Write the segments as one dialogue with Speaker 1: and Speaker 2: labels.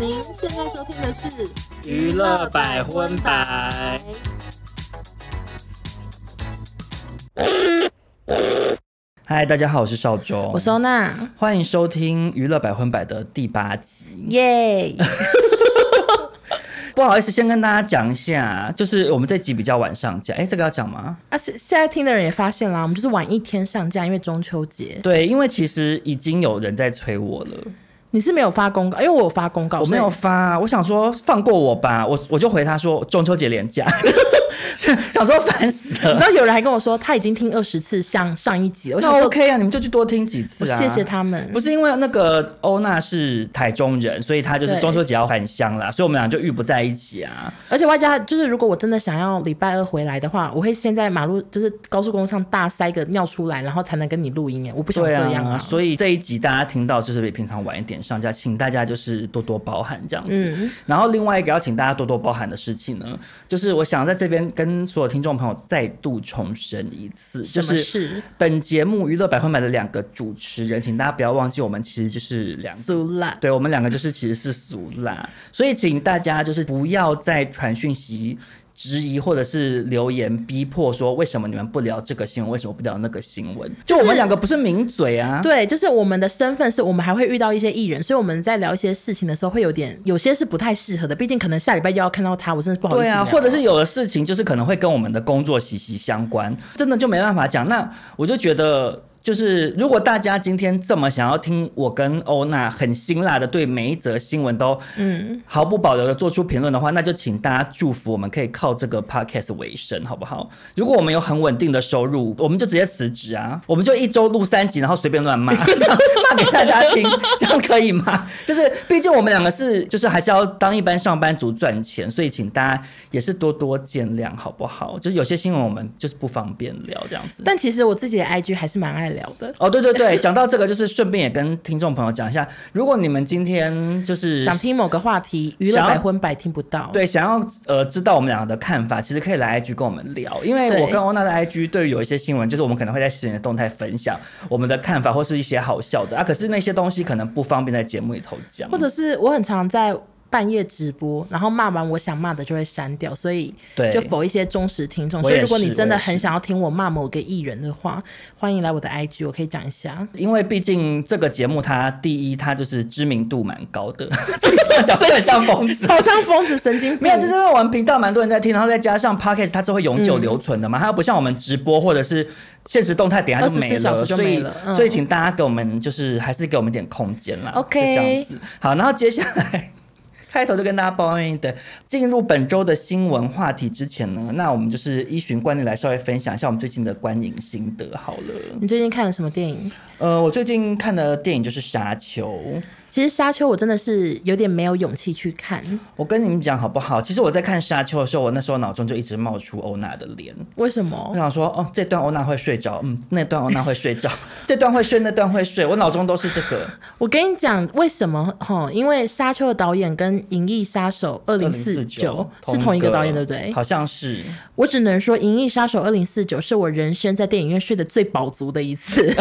Speaker 1: 您现在收听的是《
Speaker 2: 娱乐百分百》。嗨，大家好，我是邵忠，
Speaker 1: 我是欧娜，
Speaker 2: 欢迎收听《娱乐百分百》的第八集。
Speaker 1: 耶！
Speaker 2: 不好意思，先跟大家讲一下，就是我们这集比较晚上架，哎，这个要讲吗？
Speaker 1: 啊，现现在听的人也发现啦，我们就是晚一天上架，因为中秋节。
Speaker 2: 对，因为其实已经有人在催我了，
Speaker 1: 你是没有发公告，因为我有发公告，
Speaker 2: 我没有
Speaker 1: 所
Speaker 2: 发，我想说放过我吧，我我就回他说中秋节连假， 想说烦死
Speaker 1: 以。你
Speaker 2: 了。
Speaker 1: 知道有人还跟我说他已经听二十次像上一集了，我想
Speaker 2: 那
Speaker 1: 说
Speaker 2: OK 啊，你们就去多听几
Speaker 1: 我
Speaker 2: 次啊。
Speaker 1: 谢谢他们
Speaker 2: 不。是因为那个欧娜是台中人，所以她就是
Speaker 1: 对
Speaker 2: 中秋节要返乡啦，所以我们俩就遇不在一起啊。
Speaker 1: 而且外加就是，如果我真的想要礼拜二回来的话，我会先在马路就是高速公路上大塞个尿出来，然后才能跟你录音。哎，我不想
Speaker 2: 对
Speaker 1: 这
Speaker 2: 啊，
Speaker 1: 样啊。
Speaker 2: 所以这一集大家听到就是比平常晚一点上架，请大家就是多多包涵这样子。
Speaker 1: 嗯
Speaker 2: 然后另外一个要请大家多多包涵的事情呢，就是我想在这边跟所有听众朋友再度重申一次，就
Speaker 1: 什么
Speaker 2: 是
Speaker 1: 事？
Speaker 2: 本节目娱乐百分百的两个主持人，请大家不要忘记，我们其实就是两
Speaker 1: 苏拉，
Speaker 2: 对我们两个就是其实是俗辣，所以请大家就是不要再传讯息。质疑或者是留言逼迫说，为什么你们不聊这个新闻，为什么不聊那个新闻？
Speaker 1: 就
Speaker 2: 就
Speaker 1: 是
Speaker 2: 我们两个不是名嘴啊，
Speaker 1: 对，就是我们的身份是我们还会遇到一些艺人，所以我们在聊一些事情的时候，会有点有些是不太适合的，毕竟可能下礼拜又要看到他，我真的不好意思
Speaker 2: 对
Speaker 1: 聊。
Speaker 2: 啊，或者是有的事情就是可能会跟我们的工作息息相关，真的就没办法讲。那我就觉得。就是如果大家今天这么想要听我跟欧娜很辛辣的对每一则新闻都嗯毫不保留的做出评论的话，那就请大家祝福我们可以靠这个 podcast 为生，好不好？如果我们有很稳定的收入，我们就直接辞职啊，我们就一周录三集，然后随便乱骂，这样骂给大家听，这样可以吗？就是毕竟我们两个是就是还是要当一般上班族赚钱，所以请大家也是多多见谅，好不好？就是有些新闻我们就是不方便聊这样子。
Speaker 1: 但其实我自己的 IG 还是蛮爱聊的。
Speaker 2: 哦，对对对，讲到这个，就是顺便也跟听众朋友讲一下，如果你们今天就是
Speaker 1: 想听某个话题，娱乐
Speaker 2: 想要
Speaker 1: 百分百听不到。，
Speaker 2: 对想要呃知道我们两个的看法，其实可以来 IG 跟我们聊，因为
Speaker 1: 对
Speaker 2: 我跟欧娜的 IG 对于有一些新闻，就是我们可能会在私人的动态分享我们的看法或是一些好笑的啊，可是那些东西可能不方便在节目里头讲，
Speaker 1: 或者是我很常在半夜直播，然后骂完我想骂的就会删掉，所以
Speaker 2: 对
Speaker 1: 就否一些忠实听众。
Speaker 2: 我
Speaker 1: 所
Speaker 2: 也
Speaker 1: 以如果你
Speaker 2: 是
Speaker 1: 真的
Speaker 2: 我也是
Speaker 1: 很想要听我骂某个艺人的话，欢迎来我的 IG，我可以讲一下。
Speaker 2: 因为毕竟这个节目它第一它就是知名度蛮高 的，这样讲会很像疯子。
Speaker 1: 好像疯子神经病，
Speaker 2: 没有，就是因为我们频道蛮多人在听，然后再加上 podcast 它是会永
Speaker 1: 嗯
Speaker 2: 久留存的嘛，它又不像我们直播或者是现实动态，等一下就没
Speaker 1: 24小时
Speaker 2: 了，
Speaker 1: 就
Speaker 2: 所以
Speaker 1: 没了嗯
Speaker 2: 所以请大家给我们就是还是给我们一点空间啦
Speaker 1: OK
Speaker 2: 就这样子。好，然后接下来开头就跟大家抱怨一点，进入本周的新闻话题之前呢，那我们就是依循惯例来稍微分享一下我们最近的观影心得好了。
Speaker 1: 你最近看了什么电影？
Speaker 2: 呃，我最近看的电影就是《沙丘》。
Speaker 1: 其实《沙丘》我真的是有点没有勇气去看，
Speaker 2: 我跟你们讲好不好？其实我在看《沙丘》的时候，我那时候脑中就一直冒出欧娜的脸，
Speaker 1: 为什
Speaker 2: 我
Speaker 1: 么？
Speaker 2: 想说，哦，这段欧娜会睡着，嗯，那段欧娜会睡着， 这段会睡，那段会睡，我脑中都是这个。
Speaker 1: 我跟你讲为什么哈？因为《沙丘》的导演跟《银翼杀手二零四九
Speaker 2: 2049》
Speaker 1: 是同一个导演，对不对？
Speaker 2: 好像是。
Speaker 1: 我只能说，《银翼杀手二零四九》是我人生在电影院睡得最饱足的一 次。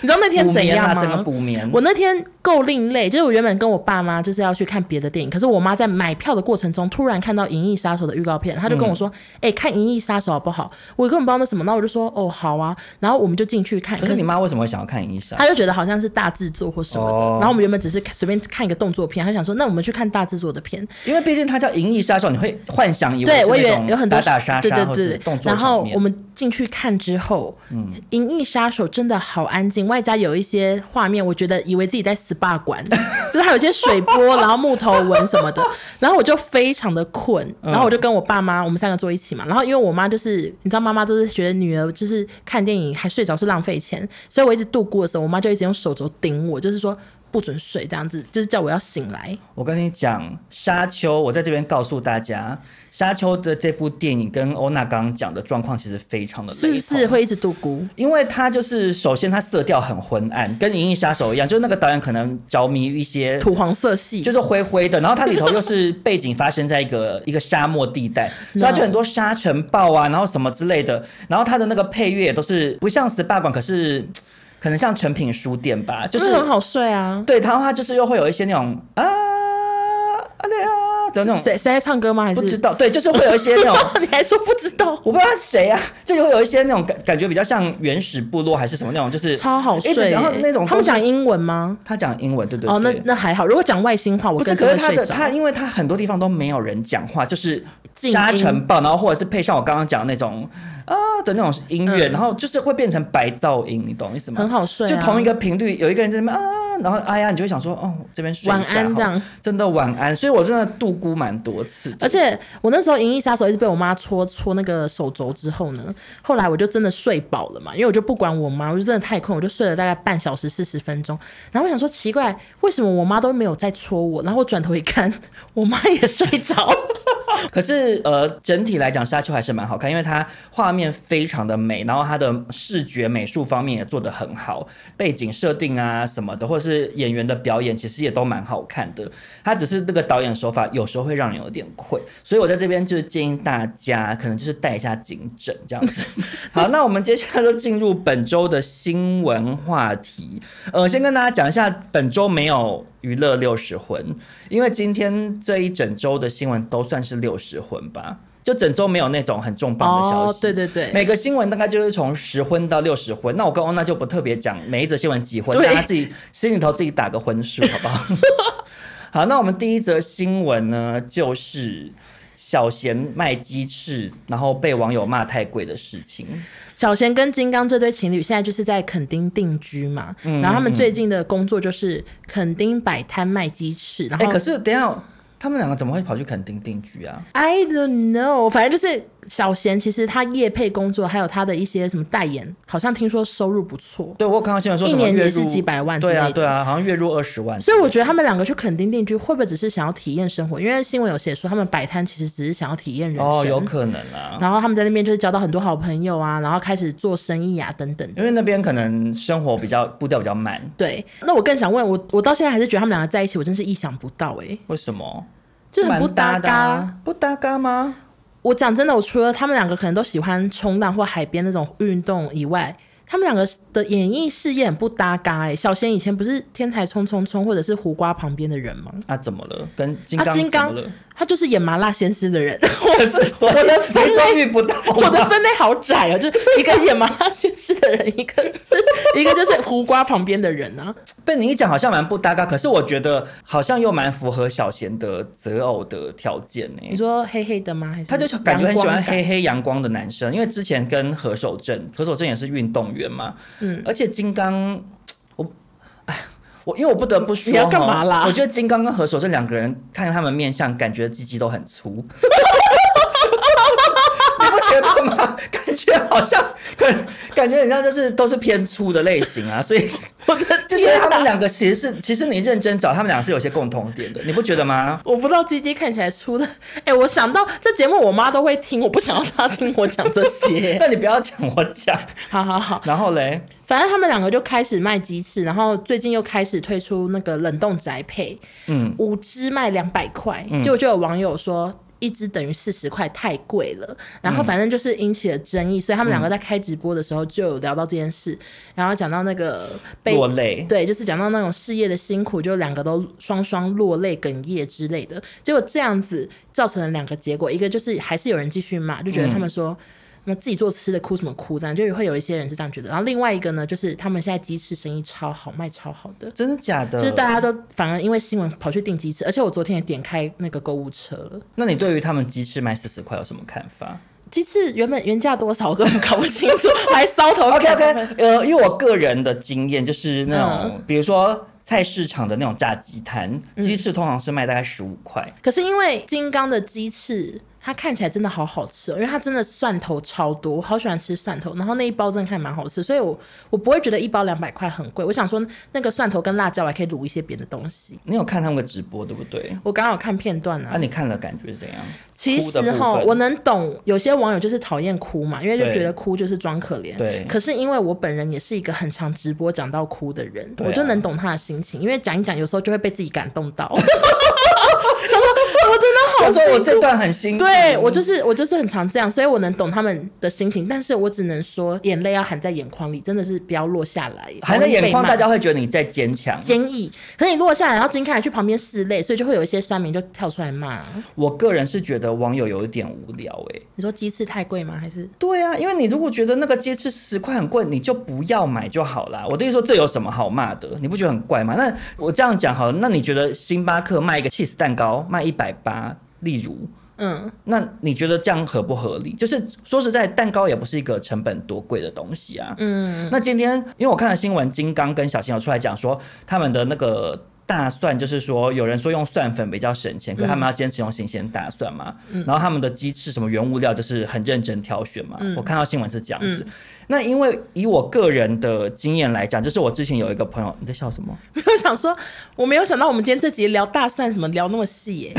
Speaker 1: 你知道那天
Speaker 2: 补
Speaker 1: 怎
Speaker 2: 眠
Speaker 1: 样
Speaker 2: 啊，
Speaker 1: 吗？
Speaker 2: 整个补眠。
Speaker 1: 我那天够另类，就是我原本跟我爸妈就是要去看别的电影，可是我妈在买票的过程中突然看到《银翼杀手》的预告片，她就
Speaker 2: 嗯
Speaker 1: 跟我说：“哎、看《银翼杀手》好不好？”我根本不知道那什么，那我就说：“哦，好啊。”然后我们就进去看，
Speaker 2: 可
Speaker 1: 可
Speaker 2: 是你
Speaker 1: 是
Speaker 2: 妈为什么会想要看医生？
Speaker 1: 她就觉得好像是大制作或什么的。
Speaker 2: 哦
Speaker 1: 然后我们原本只是看随便看一个动作片，她就想说：“那我们去看大制作的片。”
Speaker 2: 因为毕竟它叫《银翼杀手》，你会幻想以为
Speaker 1: 对，
Speaker 2: 是
Speaker 1: 我以
Speaker 2: 那
Speaker 1: 为
Speaker 2: 种
Speaker 1: 有很多
Speaker 2: 打打杀
Speaker 1: 对
Speaker 2: 杀
Speaker 1: 对
Speaker 2: 或
Speaker 1: 对
Speaker 2: 是
Speaker 1: 对
Speaker 2: 动作
Speaker 1: 然
Speaker 2: 场
Speaker 1: 后我
Speaker 2: 面。
Speaker 1: 们进去看之后，嗯，《银翼杀手》真的好安静，外加有一些画面，我觉得以为自己在 SPA 馆， 就是还有一些水波，然后木头纹什么的，然后我就非常的困，
Speaker 2: 嗯
Speaker 1: 然后我就跟我爸妈，我们三个坐一起嘛，然后因为我妈就是你知道，妈妈都是觉得女儿就是看电影还睡着是浪费钱，所以我一直度过的时候，我妈就一直用手肘顶我，就是说。不准睡，这样子就是叫我要醒来。
Speaker 2: 我跟你讲，《沙丘》，我在这边告诉大家，《沙丘》的这部电影跟欧娜刚刚讲的状况其实非常的
Speaker 1: 是不
Speaker 2: 类似。
Speaker 1: 是会一直度孤？
Speaker 2: 因为它就是首先它色调很昏暗，跟《银翼杀手》一样，就是那个导演可能着迷于一些。
Speaker 1: 土黄色系，
Speaker 2: 就是灰灰的，然后它里头又是背景发生在一个 一个沙漠地带，所以它就很多沙尘暴啊，然后什么之类的，然后它的那个配乐也都是不像 SPA 馆，可是可能像成品书店吧，就是
Speaker 1: 那很好睡啊。
Speaker 2: 对，然后它就是又会有一些那种啊啊的那种，
Speaker 1: 谁谁在唱歌吗？还
Speaker 2: 不知
Speaker 1: 是
Speaker 2: 道，对， 就是会有一些那 种
Speaker 1: 你还说不知道？
Speaker 2: 我不知道他是谁啊， 就会有一些那种感感觉比较像原始部落还是什么那种，就是
Speaker 1: 超好
Speaker 2: 一
Speaker 1: 睡
Speaker 2: 直
Speaker 1: 欸、
Speaker 2: 然后那种
Speaker 1: 他们
Speaker 2: 都是
Speaker 1: 讲英文吗？
Speaker 2: 他讲英文，对对对。
Speaker 1: 哦，那那还好。如果讲外星话，我
Speaker 2: 不是，
Speaker 1: 更会
Speaker 2: 可是他
Speaker 1: 睡
Speaker 2: 的
Speaker 1: 着。
Speaker 2: 他，因为他很多地方都没有人讲话，就是
Speaker 1: 静音
Speaker 2: 沙尘暴，然后或者是配上我刚刚讲的那种啊的那种音乐，
Speaker 1: 嗯
Speaker 2: 然后就是会变成白噪音，你懂意思吗？
Speaker 1: 很好睡啊
Speaker 2: 就同一个频率，有一个人在那边啊，然后哎呀，你就会想说，哦，这边睡一下
Speaker 1: 晚安这样
Speaker 2: 好真的晚安。所以我真的度孤蛮多次的，
Speaker 1: 而且我那时候《银翼杀手》一直被我妈戳戳那个手肘之后呢，后来我就真的睡饱了嘛，因为我就不管我妈，我就真的太困，我就睡了大概半小时四十分钟。然后我想说奇怪，为什么我妈都没有在戳我？然后我转头一看，我妈也睡 着。
Speaker 2: 可是呃，整体来讲，《沙丘》还是蛮好看，因为它画面非常的美，然后它的视觉美术方面也做得很好，背景设定啊什么的，或是演员的表演，其实也都蛮好看的。它只是那个导演手法有时候会让人有点愧，所以我在这边就是建议大家，可能就是带一下颈枕这样子。 好，那我们接下来就进入本周的新闻话题。呃，先跟大家讲一下，本周没有娱乐六十魂，因为今天这一整周的新闻都算是六十魂吧，就整周没有那种很重磅的消息。
Speaker 1: 哦对对对，
Speaker 2: 每个新闻大概就是从十婚到六十婚，那我跟欧娜就不特别讲每一则新闻几婚，
Speaker 1: 对
Speaker 2: 大家自己心里头自己打个婚数，好 不好？好，那我们第一则新闻呢，就是小贤卖鸡翅，然后被网友骂太贵的事情。
Speaker 1: 小贤跟金刚这对情侣现在就是在垦丁定居嘛，
Speaker 2: 嗯
Speaker 1: 然后他们最近的工作就是垦丁摆摊卖鸡翅，然
Speaker 2: 哎、
Speaker 1: 后
Speaker 2: 可是等一下他们两个怎么会跑去垦丁定居啊？
Speaker 1: I don't know，反正就是小贤，其实他业配工作，还有他的一些什么代言，好像听说收入不错，
Speaker 2: 对我有看到新闻说
Speaker 1: 一
Speaker 2: 什么
Speaker 1: 年
Speaker 2: 月
Speaker 1: 也
Speaker 2: 入
Speaker 1: 是几百万之
Speaker 2: 对啊
Speaker 1: 类的
Speaker 2: 对啊，好像月入二十万。
Speaker 1: 所以我觉得他们两个去垦丁定居，会不会只是想要体验生活？因为新闻有写说，他们摆摊其实只是想要体验人生，
Speaker 2: 哦，有可能啊，
Speaker 1: 然后他们在那边就是交到很多好朋友啊，然后开始做生意啊，等等的。
Speaker 2: 因为那边可能生活比较步调比较慢，
Speaker 1: 对，那我更想问我，我到现在还是觉得他们两个在一起，我真是意想不到哎、
Speaker 2: 为什么？
Speaker 1: 就是很不
Speaker 2: 蛮搭
Speaker 1: 搭
Speaker 2: 的
Speaker 1: 嘎。
Speaker 2: 啊，不搭嘎吗？
Speaker 1: 我讲真的，我除了他们两个可能都喜欢冲浪或海边那种运动以外，他们两个的演艺事业很不搭嘎哎、小仙以前不是天台冲冲冲或者是胡瓜旁边的人吗？
Speaker 2: 啊，怎么了？跟金
Speaker 1: 啊
Speaker 2: 刚
Speaker 1: 金刚
Speaker 2: 怎么了？
Speaker 1: 他就是演麻辣鲜师的人， 我
Speaker 2: 可是所以
Speaker 1: 我的
Speaker 2: 你
Speaker 1: 分
Speaker 2: 说遇不到
Speaker 1: 我的
Speaker 2: 吗
Speaker 1: 分类好窄哦、就是一个演麻辣鲜师的人，一个是 一个就是胡瓜旁边的人啊。
Speaker 2: 被你一讲好像蛮不搭嘎，可是我觉得好像又蛮符合小贤的择偶的条件呢、
Speaker 1: 你说黑黑的吗？还是
Speaker 2: 他就感觉很喜欢黑
Speaker 1: 阳光感。
Speaker 2: 黑阳光的男生，因为之前跟何守正，何守正也是运动员嘛，嗯，而且金刚，我，哎，我因为我不得不说，
Speaker 1: 你要干嘛啦
Speaker 2: 我觉得金刚跟何守正两个人看他们面相，感觉鸡鸡都很粗， 你不觉得吗？感觉好像，感感觉很像就是都是偏粗的类型啊，所以
Speaker 1: 我的
Speaker 2: 就觉得
Speaker 1: 天
Speaker 2: 他
Speaker 1: 哪！
Speaker 2: 们两个其实是，其实你认真找，他们俩是有些共同点的，你不觉得吗？
Speaker 1: 我不知道鸡鸡看起来粗的，哎、我想到这节目我妈都会听，我不想要她听我讲这些。
Speaker 2: 那你不要讲，我讲。
Speaker 1: 好好好，
Speaker 2: 然后嘞，
Speaker 1: 反正他们两个就开始卖鸡翅，然后最近又开始推出那个冷冻宅配，
Speaker 2: 嗯，
Speaker 1: 五只卖两百块，结果就有网友说。一只等于四十块，太贵了。然后反正就是引起了争议，所以他们两个在开直播的时候就有聊到这件事，然后讲到那个被
Speaker 2: 落泪。
Speaker 1: 对，就是讲到那种事业的辛苦，就两个都双双落泪、哽咽之类的。结果这样子造成了两个结果，一个就是还是有人继续骂，就觉得他们说。那么自己做吃的哭什么哭，这样就会有一些人是这样觉得。然啊后另外一个呢，就是他们现在鸡翅生意超好，卖超好的，
Speaker 2: 真的假的？
Speaker 1: 就是大家都反而因为新闻跑去订鸡翅，而且我昨天也点开那个购物车了。
Speaker 2: 那你对于他们鸡翅卖四十块有什么看法
Speaker 1: 鸡翅原本原价多少，我根本搞不清楚，还搔头
Speaker 2: ？OK
Speaker 1: 看
Speaker 2: OK，
Speaker 1: 他们
Speaker 2: 呃，因为我个人的经验就是那种，比如说菜市场的那种炸鸡摊，鸡翅通常是卖大概十五块。
Speaker 1: 可是因为金刚的鸡翅，它看起来真的好好吃哦，因为它真的蒜头超多，我好喜欢吃蒜头。然后那一包真的看蛮好吃，所以我我不会觉得一包两百块很贵。我想说那个蒜头跟辣椒，我还可以卤一些别的东西。
Speaker 2: 你有看他们的直播对不对？
Speaker 1: 我刚好看片段啊
Speaker 2: 那、，你看了感觉是怎样？
Speaker 1: 其
Speaker 2: 嗯哭的
Speaker 1: 实
Speaker 2: 部
Speaker 1: 哈，
Speaker 2: 分
Speaker 1: 我能懂有些网友就是讨厌哭嘛，因为就
Speaker 2: 对
Speaker 1: 觉得哭就是装可怜。
Speaker 2: 对
Speaker 1: 可是因为我本人也是一个很常直播讲到哭的人，
Speaker 2: 对啊
Speaker 1: 我就能 懂他的心情，因为讲一讲有时候就会被自己感动到。想说我真的好
Speaker 2: 我说
Speaker 1: 辛苦
Speaker 2: 我这段很辛苦，
Speaker 1: 对我就是我就是很常这样，所以我能懂他们的心情，但是我只能说，眼泪啊要含在眼眶里，真的是不要落下来，
Speaker 2: 含在
Speaker 1: 容
Speaker 2: 眼眶，
Speaker 1: 易被骂
Speaker 2: 大家会觉得你在坚强。
Speaker 1: 坚毅。可是你落下来，然后金凯去旁边拭泪，所以就会有一些酸民就跳出来骂。
Speaker 2: 我个人是觉得网友有一点无聊哎、欸
Speaker 1: 你说鸡翅太贵吗？还是
Speaker 2: 对啊，因为你如果觉得那个鸡翅十块很贵，你就不要买就好啦。我的意思说，这有什么好骂的？你不觉得很怪吗？那我这样讲好了，那你觉得星巴克卖一个 cheese 蛋糕卖一百八，例如，
Speaker 1: 嗯，
Speaker 2: 那你觉得这样合不合理？就是说实在，蛋糕也不是一个成本多贵的东西啊。嗯，那今天因为我看了新闻，金刚跟小新有出来讲说他们的那个。大蒜就是说，有人说用蒜粉比较省钱，可他们要坚持用新鲜大蒜嘛。然后他们的鸡翅什么原物料就是很认真挑选嘛。我看到新闻是这样子。那因为以我个人的经验来讲，就是我之前有一个朋友，你在笑什么？
Speaker 1: 没有想说，我没有想到我们今天这集聊大蒜什么聊那么细 耶、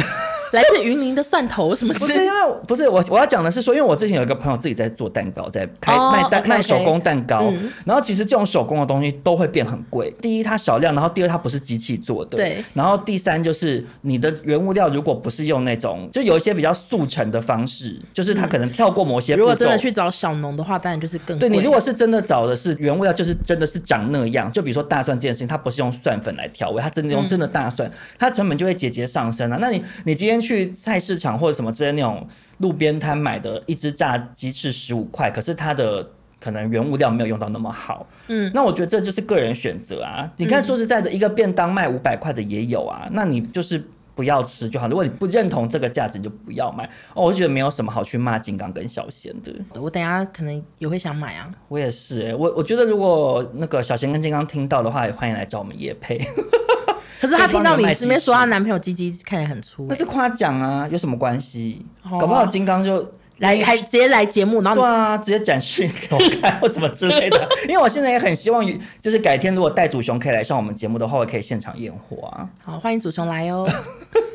Speaker 1: 来自云林的蒜头什么
Speaker 2: 不
Speaker 1: 之
Speaker 2: 是因为我不是我我要讲的是说，因为我之前有一个朋友自己在做蛋糕，在开、
Speaker 1: 哦
Speaker 2: 卖蛋
Speaker 1: OK，OK
Speaker 2: 卖手工蛋糕、
Speaker 1: 嗯
Speaker 2: 然后其实这种手工的东西都会变很贵。第一它少量，然后第二它不是机器做的，
Speaker 1: 对。
Speaker 2: 然后第三就是你的原物料如果不是用那种，就有一些比较速成的方式，就是它可能跳过某些步
Speaker 1: 嗯
Speaker 2: 骤。
Speaker 1: 如果真的去找小农的话，当然就是更
Speaker 2: 对
Speaker 1: 贵
Speaker 2: 你如果是真的找的是原物料，就是真的是长那样，就比如说大蒜这件事情，它不是用蒜粉来调味，它真
Speaker 1: 嗯
Speaker 2: 的用真的大蒜，它成本就会节节上升啊。那你你今天去菜市场或者什么之类那种路边摊买的一只炸鸡翅十五块，可是它的。可能原物料没有用到那么好，嗯，那我觉得这就是个人选择啊。你
Speaker 1: 嗯
Speaker 2: 看，说实在的，一个便当卖五百块的也有啊，那你就是不要吃就好。如果你不认同这个价值，你就不要买。哦，我就觉得没有什么好去骂金刚跟小贤的。
Speaker 1: 我等一下可能也会想买啊。
Speaker 2: 我也是、欸，我我觉得如果那个小贤跟金刚听到的话，也欢迎来找我们叶 配，
Speaker 1: 可是她听到你身边说
Speaker 2: 可以
Speaker 1: 她
Speaker 2: 帮你们卖鸡翅
Speaker 1: 男朋友鸡鸡看起来很粗
Speaker 2: 那
Speaker 1: 耶、
Speaker 2: 是夸奖啊，有什么关系？
Speaker 1: 好啊
Speaker 2: 搞不好金刚就
Speaker 1: 来还直接来节目，然后
Speaker 2: 对
Speaker 1: 你
Speaker 2: 啊，直接展示给我看或什么之 类的。因为我现在也很希望，就是改天如果戴祖雄可以来上我们节目的话，我也可以现场验货啊。
Speaker 1: 好欢迎祖雄来哦。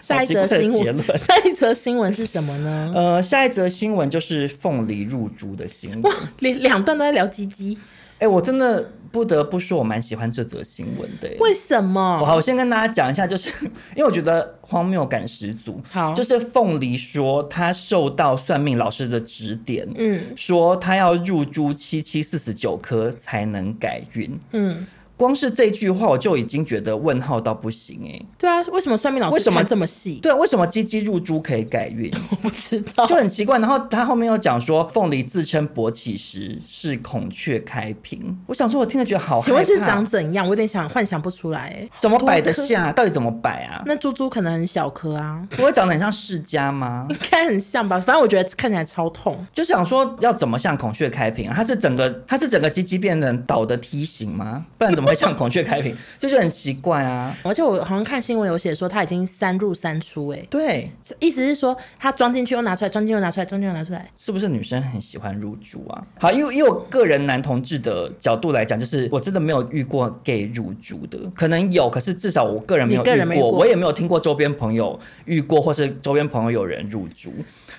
Speaker 1: 下一则
Speaker 2: 好奇怪的
Speaker 1: 新
Speaker 2: 结
Speaker 1: 闻，
Speaker 2: 论
Speaker 1: 下一则新闻是什么呢？
Speaker 2: 呃，下一则新闻就是凤梨入猪的新 闻。
Speaker 1: 两两段都在聊鸡鸡，
Speaker 2: 哎、我真的不得不说，我蛮喜欢这则新闻的、欸。
Speaker 1: 为什
Speaker 2: 我
Speaker 1: 么？
Speaker 2: 好，我先跟大家讲一下，就是 因为我觉得荒谬感十足。
Speaker 1: 好
Speaker 2: 就是凤梨说他受到算命老师的指点，
Speaker 1: 嗯
Speaker 2: 说他要入珠七七四十九颗才能改运。
Speaker 1: 嗯，
Speaker 2: 光是这句话，我就已经觉得问号到不行哎、
Speaker 1: 对啊，为什么算命老师
Speaker 2: 为什么
Speaker 1: 看这么细？
Speaker 2: 对啊，为什么鸡鸡入珠可以 改运，
Speaker 1: 我不知道
Speaker 2: 就。很奇怪。然后他后面又讲说，凤梨自称勃起时是孔雀开屏。我想说，我听了觉得好害怕，
Speaker 1: 请问是长怎样？我有点想幻想不出来耶。
Speaker 2: 怎么摆得
Speaker 1: 多颗？
Speaker 2: 下？到底怎么摆啊？
Speaker 1: 那猪猪可能很小颗啊，
Speaker 2: 不会长得很像世家吗？
Speaker 1: 应该很像吧？反正我觉得看起来超痛。
Speaker 2: 就想说要怎么像孔雀开屏、啊？它是整个它是整个鸡鸡变成倒的梯形吗？不然怎么会像孔雀开屏？ 就是很奇怪啊。
Speaker 1: 而且我好像看新闻有写说他已经三入三出、欸，
Speaker 2: 对，
Speaker 1: 意思是说他装进去又拿出来，装进去又拿出来，装进去又拿出来。
Speaker 2: 是不是女生很喜欢入猪啊？好，因为以我个人男同志的角度来讲，就是我真的没有遇过 gay 入猪的，可能有，可是至少我个人没有
Speaker 1: 你个人
Speaker 2: 遇
Speaker 1: 没遇
Speaker 2: 过，
Speaker 1: 过
Speaker 2: 我也没有听过周边朋友遇过，或是周边朋友有人入猪。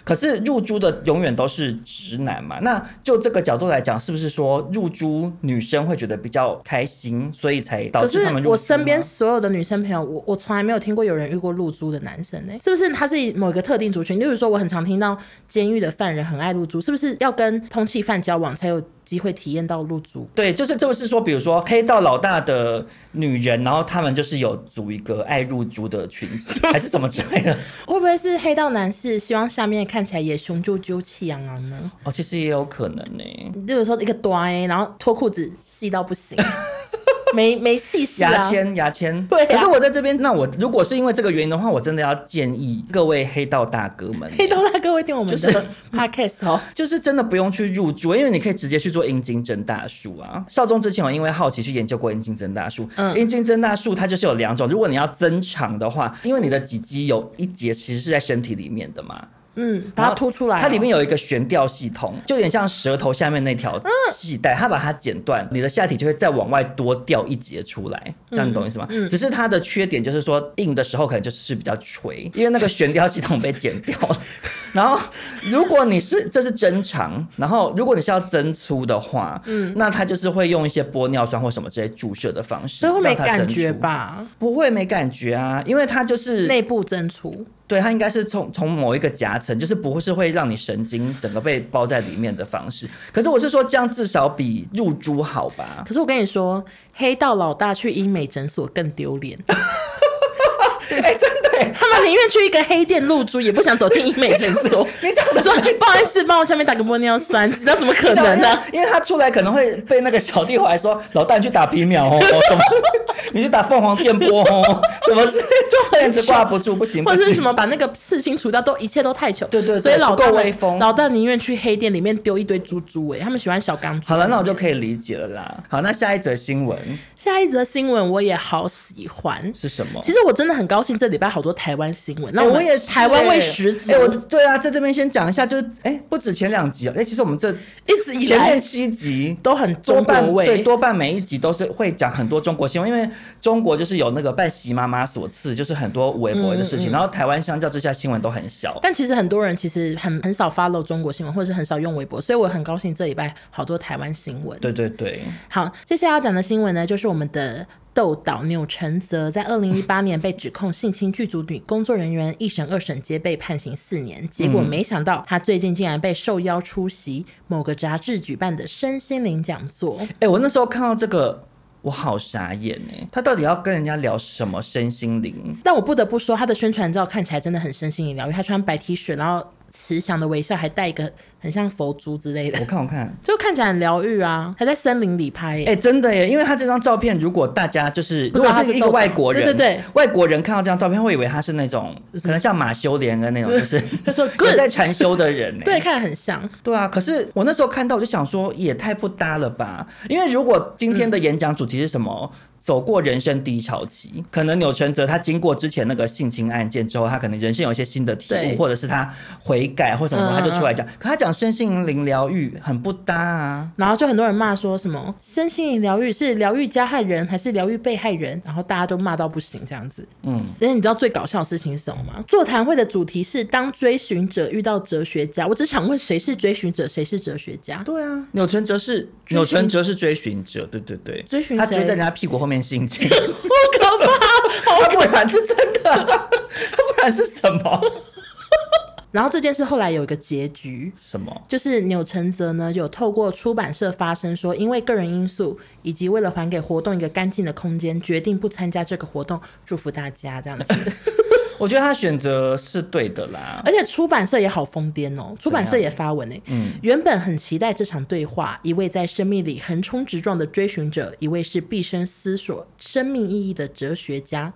Speaker 2: 可是入猪的永远都是直男嘛？那就这个角度来讲，是不是说入猪女生会觉得比较开心，所以才导
Speaker 1: 可
Speaker 2: 致
Speaker 1: 是
Speaker 2: 他们入猪吗？啊
Speaker 1: 我身边所有的女生朋友，我我从来没有听过有人遇过露珠的男生呢、欸是不是他是某一个特定族群？例如说，我很常听到监狱的犯人很爱露珠，是不是要跟通缉犯交往才有机会体验到露珠？
Speaker 2: 对，就是就是说，比如说黑道老大的女人，然后他们就是有组一个爱入猪的群 组，还是什么之类的。
Speaker 1: 会不会是黑道男士希望下面看起来也雄赳赳、气昂昂呢？
Speaker 2: 哦，其实也有可能呢、
Speaker 1: 例如说一个短 A，然后脱裤子细到不 行，没没气势
Speaker 2: 牙
Speaker 1: 啊！
Speaker 2: 签，牙签。
Speaker 1: 对啊
Speaker 2: 可是我在这边，那我如果是因为这个原因的话，我真的要建议各位黑道大哥们、
Speaker 1: 黑道大哥会听我们
Speaker 2: 就是
Speaker 1: 的 podcast 哦。
Speaker 2: 就是真的不用去入住，因为你可以直接去做阴茎增大术啊。少中之前我因为好奇去研究过阴茎增大术，
Speaker 1: 嗯
Speaker 2: 阴茎增大术它就是有两种，如果你要增长的话，因为你的脊肌有一节其实是在身体里面的嘛，
Speaker 1: 嗯，把它凸出来哦、
Speaker 2: 它里面有一个悬吊系统，就有点像舌头下面那条系带，它把它剪断，你的下体就会再往外多掉一节出来，
Speaker 1: 嗯
Speaker 2: 这样你懂我意思吗？只是它的缺点就是说硬的时候可能就是比较垂，因为那个悬吊系统被剪掉 了。然后如果你是这是真长，然后如果你是要增粗的话，嗯，那它就是会用一些玻尿酸或什么这些注射的方式，
Speaker 1: 所以会没
Speaker 2: 让它增
Speaker 1: 感觉
Speaker 2: 粗？
Speaker 1: 吧？
Speaker 2: 不会没感觉啊，因为它就是
Speaker 1: 内部增出，
Speaker 2: 对，它应该是从从某一个夹层，就是不是会让你神经整个被包在里面的方式。可是我是说，这样至少比入珠好吧？
Speaker 1: 可是我跟你说，黑道老大去医美诊所更丢脸，
Speaker 2: 哎、真的耶，
Speaker 1: 他们宁愿去一个黑店露珠，也不想走进医美诊所。
Speaker 2: 你讲的
Speaker 1: 说
Speaker 2: 没
Speaker 1: 不好意思，帮我下面打个玻尿酸， 那怎么可
Speaker 2: 错
Speaker 1: 能呢、
Speaker 2: 因为因为他出来可能会被那个小弟回来说：“老大，你去打皮秒哦，什么？你去打凤凰电波哦，什么之类，就面子挂不住，不行，不
Speaker 1: 啊或者是
Speaker 2: 行
Speaker 1: 什么把那个刺青除掉，都一切都太糗。
Speaker 2: 对对对
Speaker 1: 所以老大
Speaker 2: 不够
Speaker 1: 们
Speaker 2: 威风
Speaker 1: 老大宁愿去黑店里面丢一堆猪猪、欸，他们喜欢小钢珠。
Speaker 2: 好了，那我就可以理解了啦。好，那下一则新闻
Speaker 1: 下一则新闻我也好喜欢。
Speaker 2: 是什么？
Speaker 1: 其实我真的很高兴，这礼拜好多台湾新闻，那
Speaker 2: 哎
Speaker 1: 们
Speaker 2: 也是
Speaker 1: 台湾
Speaker 2: 哎
Speaker 1: 味十足，
Speaker 2: 哎、我对啊，在这边先讲一下，就是哎、不止前两集哦，哎、其实我们这
Speaker 1: 一直以
Speaker 2: 前
Speaker 1: 来
Speaker 2: 面七集
Speaker 1: 都很
Speaker 2: 多
Speaker 1: 中国
Speaker 2: 半对
Speaker 1: 味。
Speaker 2: 多半每一集都是会讲很多中国新闻，因为中国就是有那个拜习妈妈所赐，就是很多微博的事
Speaker 1: 嗯
Speaker 2: 情，然后台湾相较之下新闻都很小。
Speaker 1: 但其实很多人其实很很少 follow 中国新闻，或者是很少用微博，所以我很高兴这礼拜好多台湾新闻。
Speaker 2: 对对对，
Speaker 1: 好，接下来要讲的新闻呢，就是我们的豆岛钮承泽在二零一八年被指控性侵剧组女工作人员，一审、二审皆被判刑四年。结果没想到，他最近竟然被受邀出席某个杂志举办的身心灵讲座。
Speaker 2: 哎、我那时候看到这个，我好傻眼哎、他到底要跟人家聊什么身心灵？
Speaker 1: 但我不得不说，他的宣传照看起来真的很身心灵疗愈。他穿白 T 恤，然后慈祥的微笑，还戴一个很像佛珠之类的
Speaker 2: 我，看我看，
Speaker 1: 就看起来很疗愈啊。还在森林里拍耶、
Speaker 2: 哎、真的耶，因为他这张照片，如果大家就是
Speaker 1: 不
Speaker 2: 如
Speaker 1: 知道
Speaker 2: 果
Speaker 1: 他是
Speaker 2: 是一
Speaker 1: 豆
Speaker 2: 个
Speaker 1: 豆
Speaker 2: 外国人，
Speaker 1: 对对对
Speaker 2: 外国人看到这张照片会以为他是那种可能像马修连恩那种，就是
Speaker 1: 他说
Speaker 2: 有
Speaker 1: good，
Speaker 2: 在禅修的人耶欸
Speaker 1: 对，看得很像。
Speaker 2: 对啊，可是我那时候看到，我就想说，也太不搭了吧？因为如果今天的演讲主题是什么，走过人生低潮期，可能钮承泽他经过之前那个性侵案件之后，他可能人生有一些新的体
Speaker 1: 对
Speaker 2: 悟，或者是他悔改或什么什么，
Speaker 1: 嗯
Speaker 2: 他就出来讲。可他讲身心灵疗愈很不搭啊。
Speaker 1: 然后就很多人骂说什么身心灵疗愈是疗愈加害人还是疗愈被害人，然后大家都骂到不行这样子。
Speaker 2: 嗯，
Speaker 1: 而且你知道最搞笑的事情是什么吗？座谈会的主题是当追寻者遇到哲学家，我只想问谁是追寻者，谁是哲学家？
Speaker 2: 对啊，钮承泽是
Speaker 1: 追寻
Speaker 2: 钮承泽是追寻者，对对对，
Speaker 1: 追寻
Speaker 2: 他
Speaker 1: 谁
Speaker 2: 追在人家屁股后面性 侵，
Speaker 1: 不可怕！
Speaker 2: 他 不然是真的啊， 他不然是什么
Speaker 1: 然后这件事后来有一个结局，
Speaker 2: 什么？
Speaker 1: 就是钮承泽呢有透过出版社发声说，因为个人因素以及为了还给活动一个干净的空间，决定不参加这个活动，祝福大家这样子。
Speaker 2: 我觉得他选择是对的啦。
Speaker 1: 而且出版社也好疯癫哦，出版社也发文哎、原本很期待这场对话，一位在生命里横冲直撞的追寻者，一位是毕生思索生命意义的哲学家，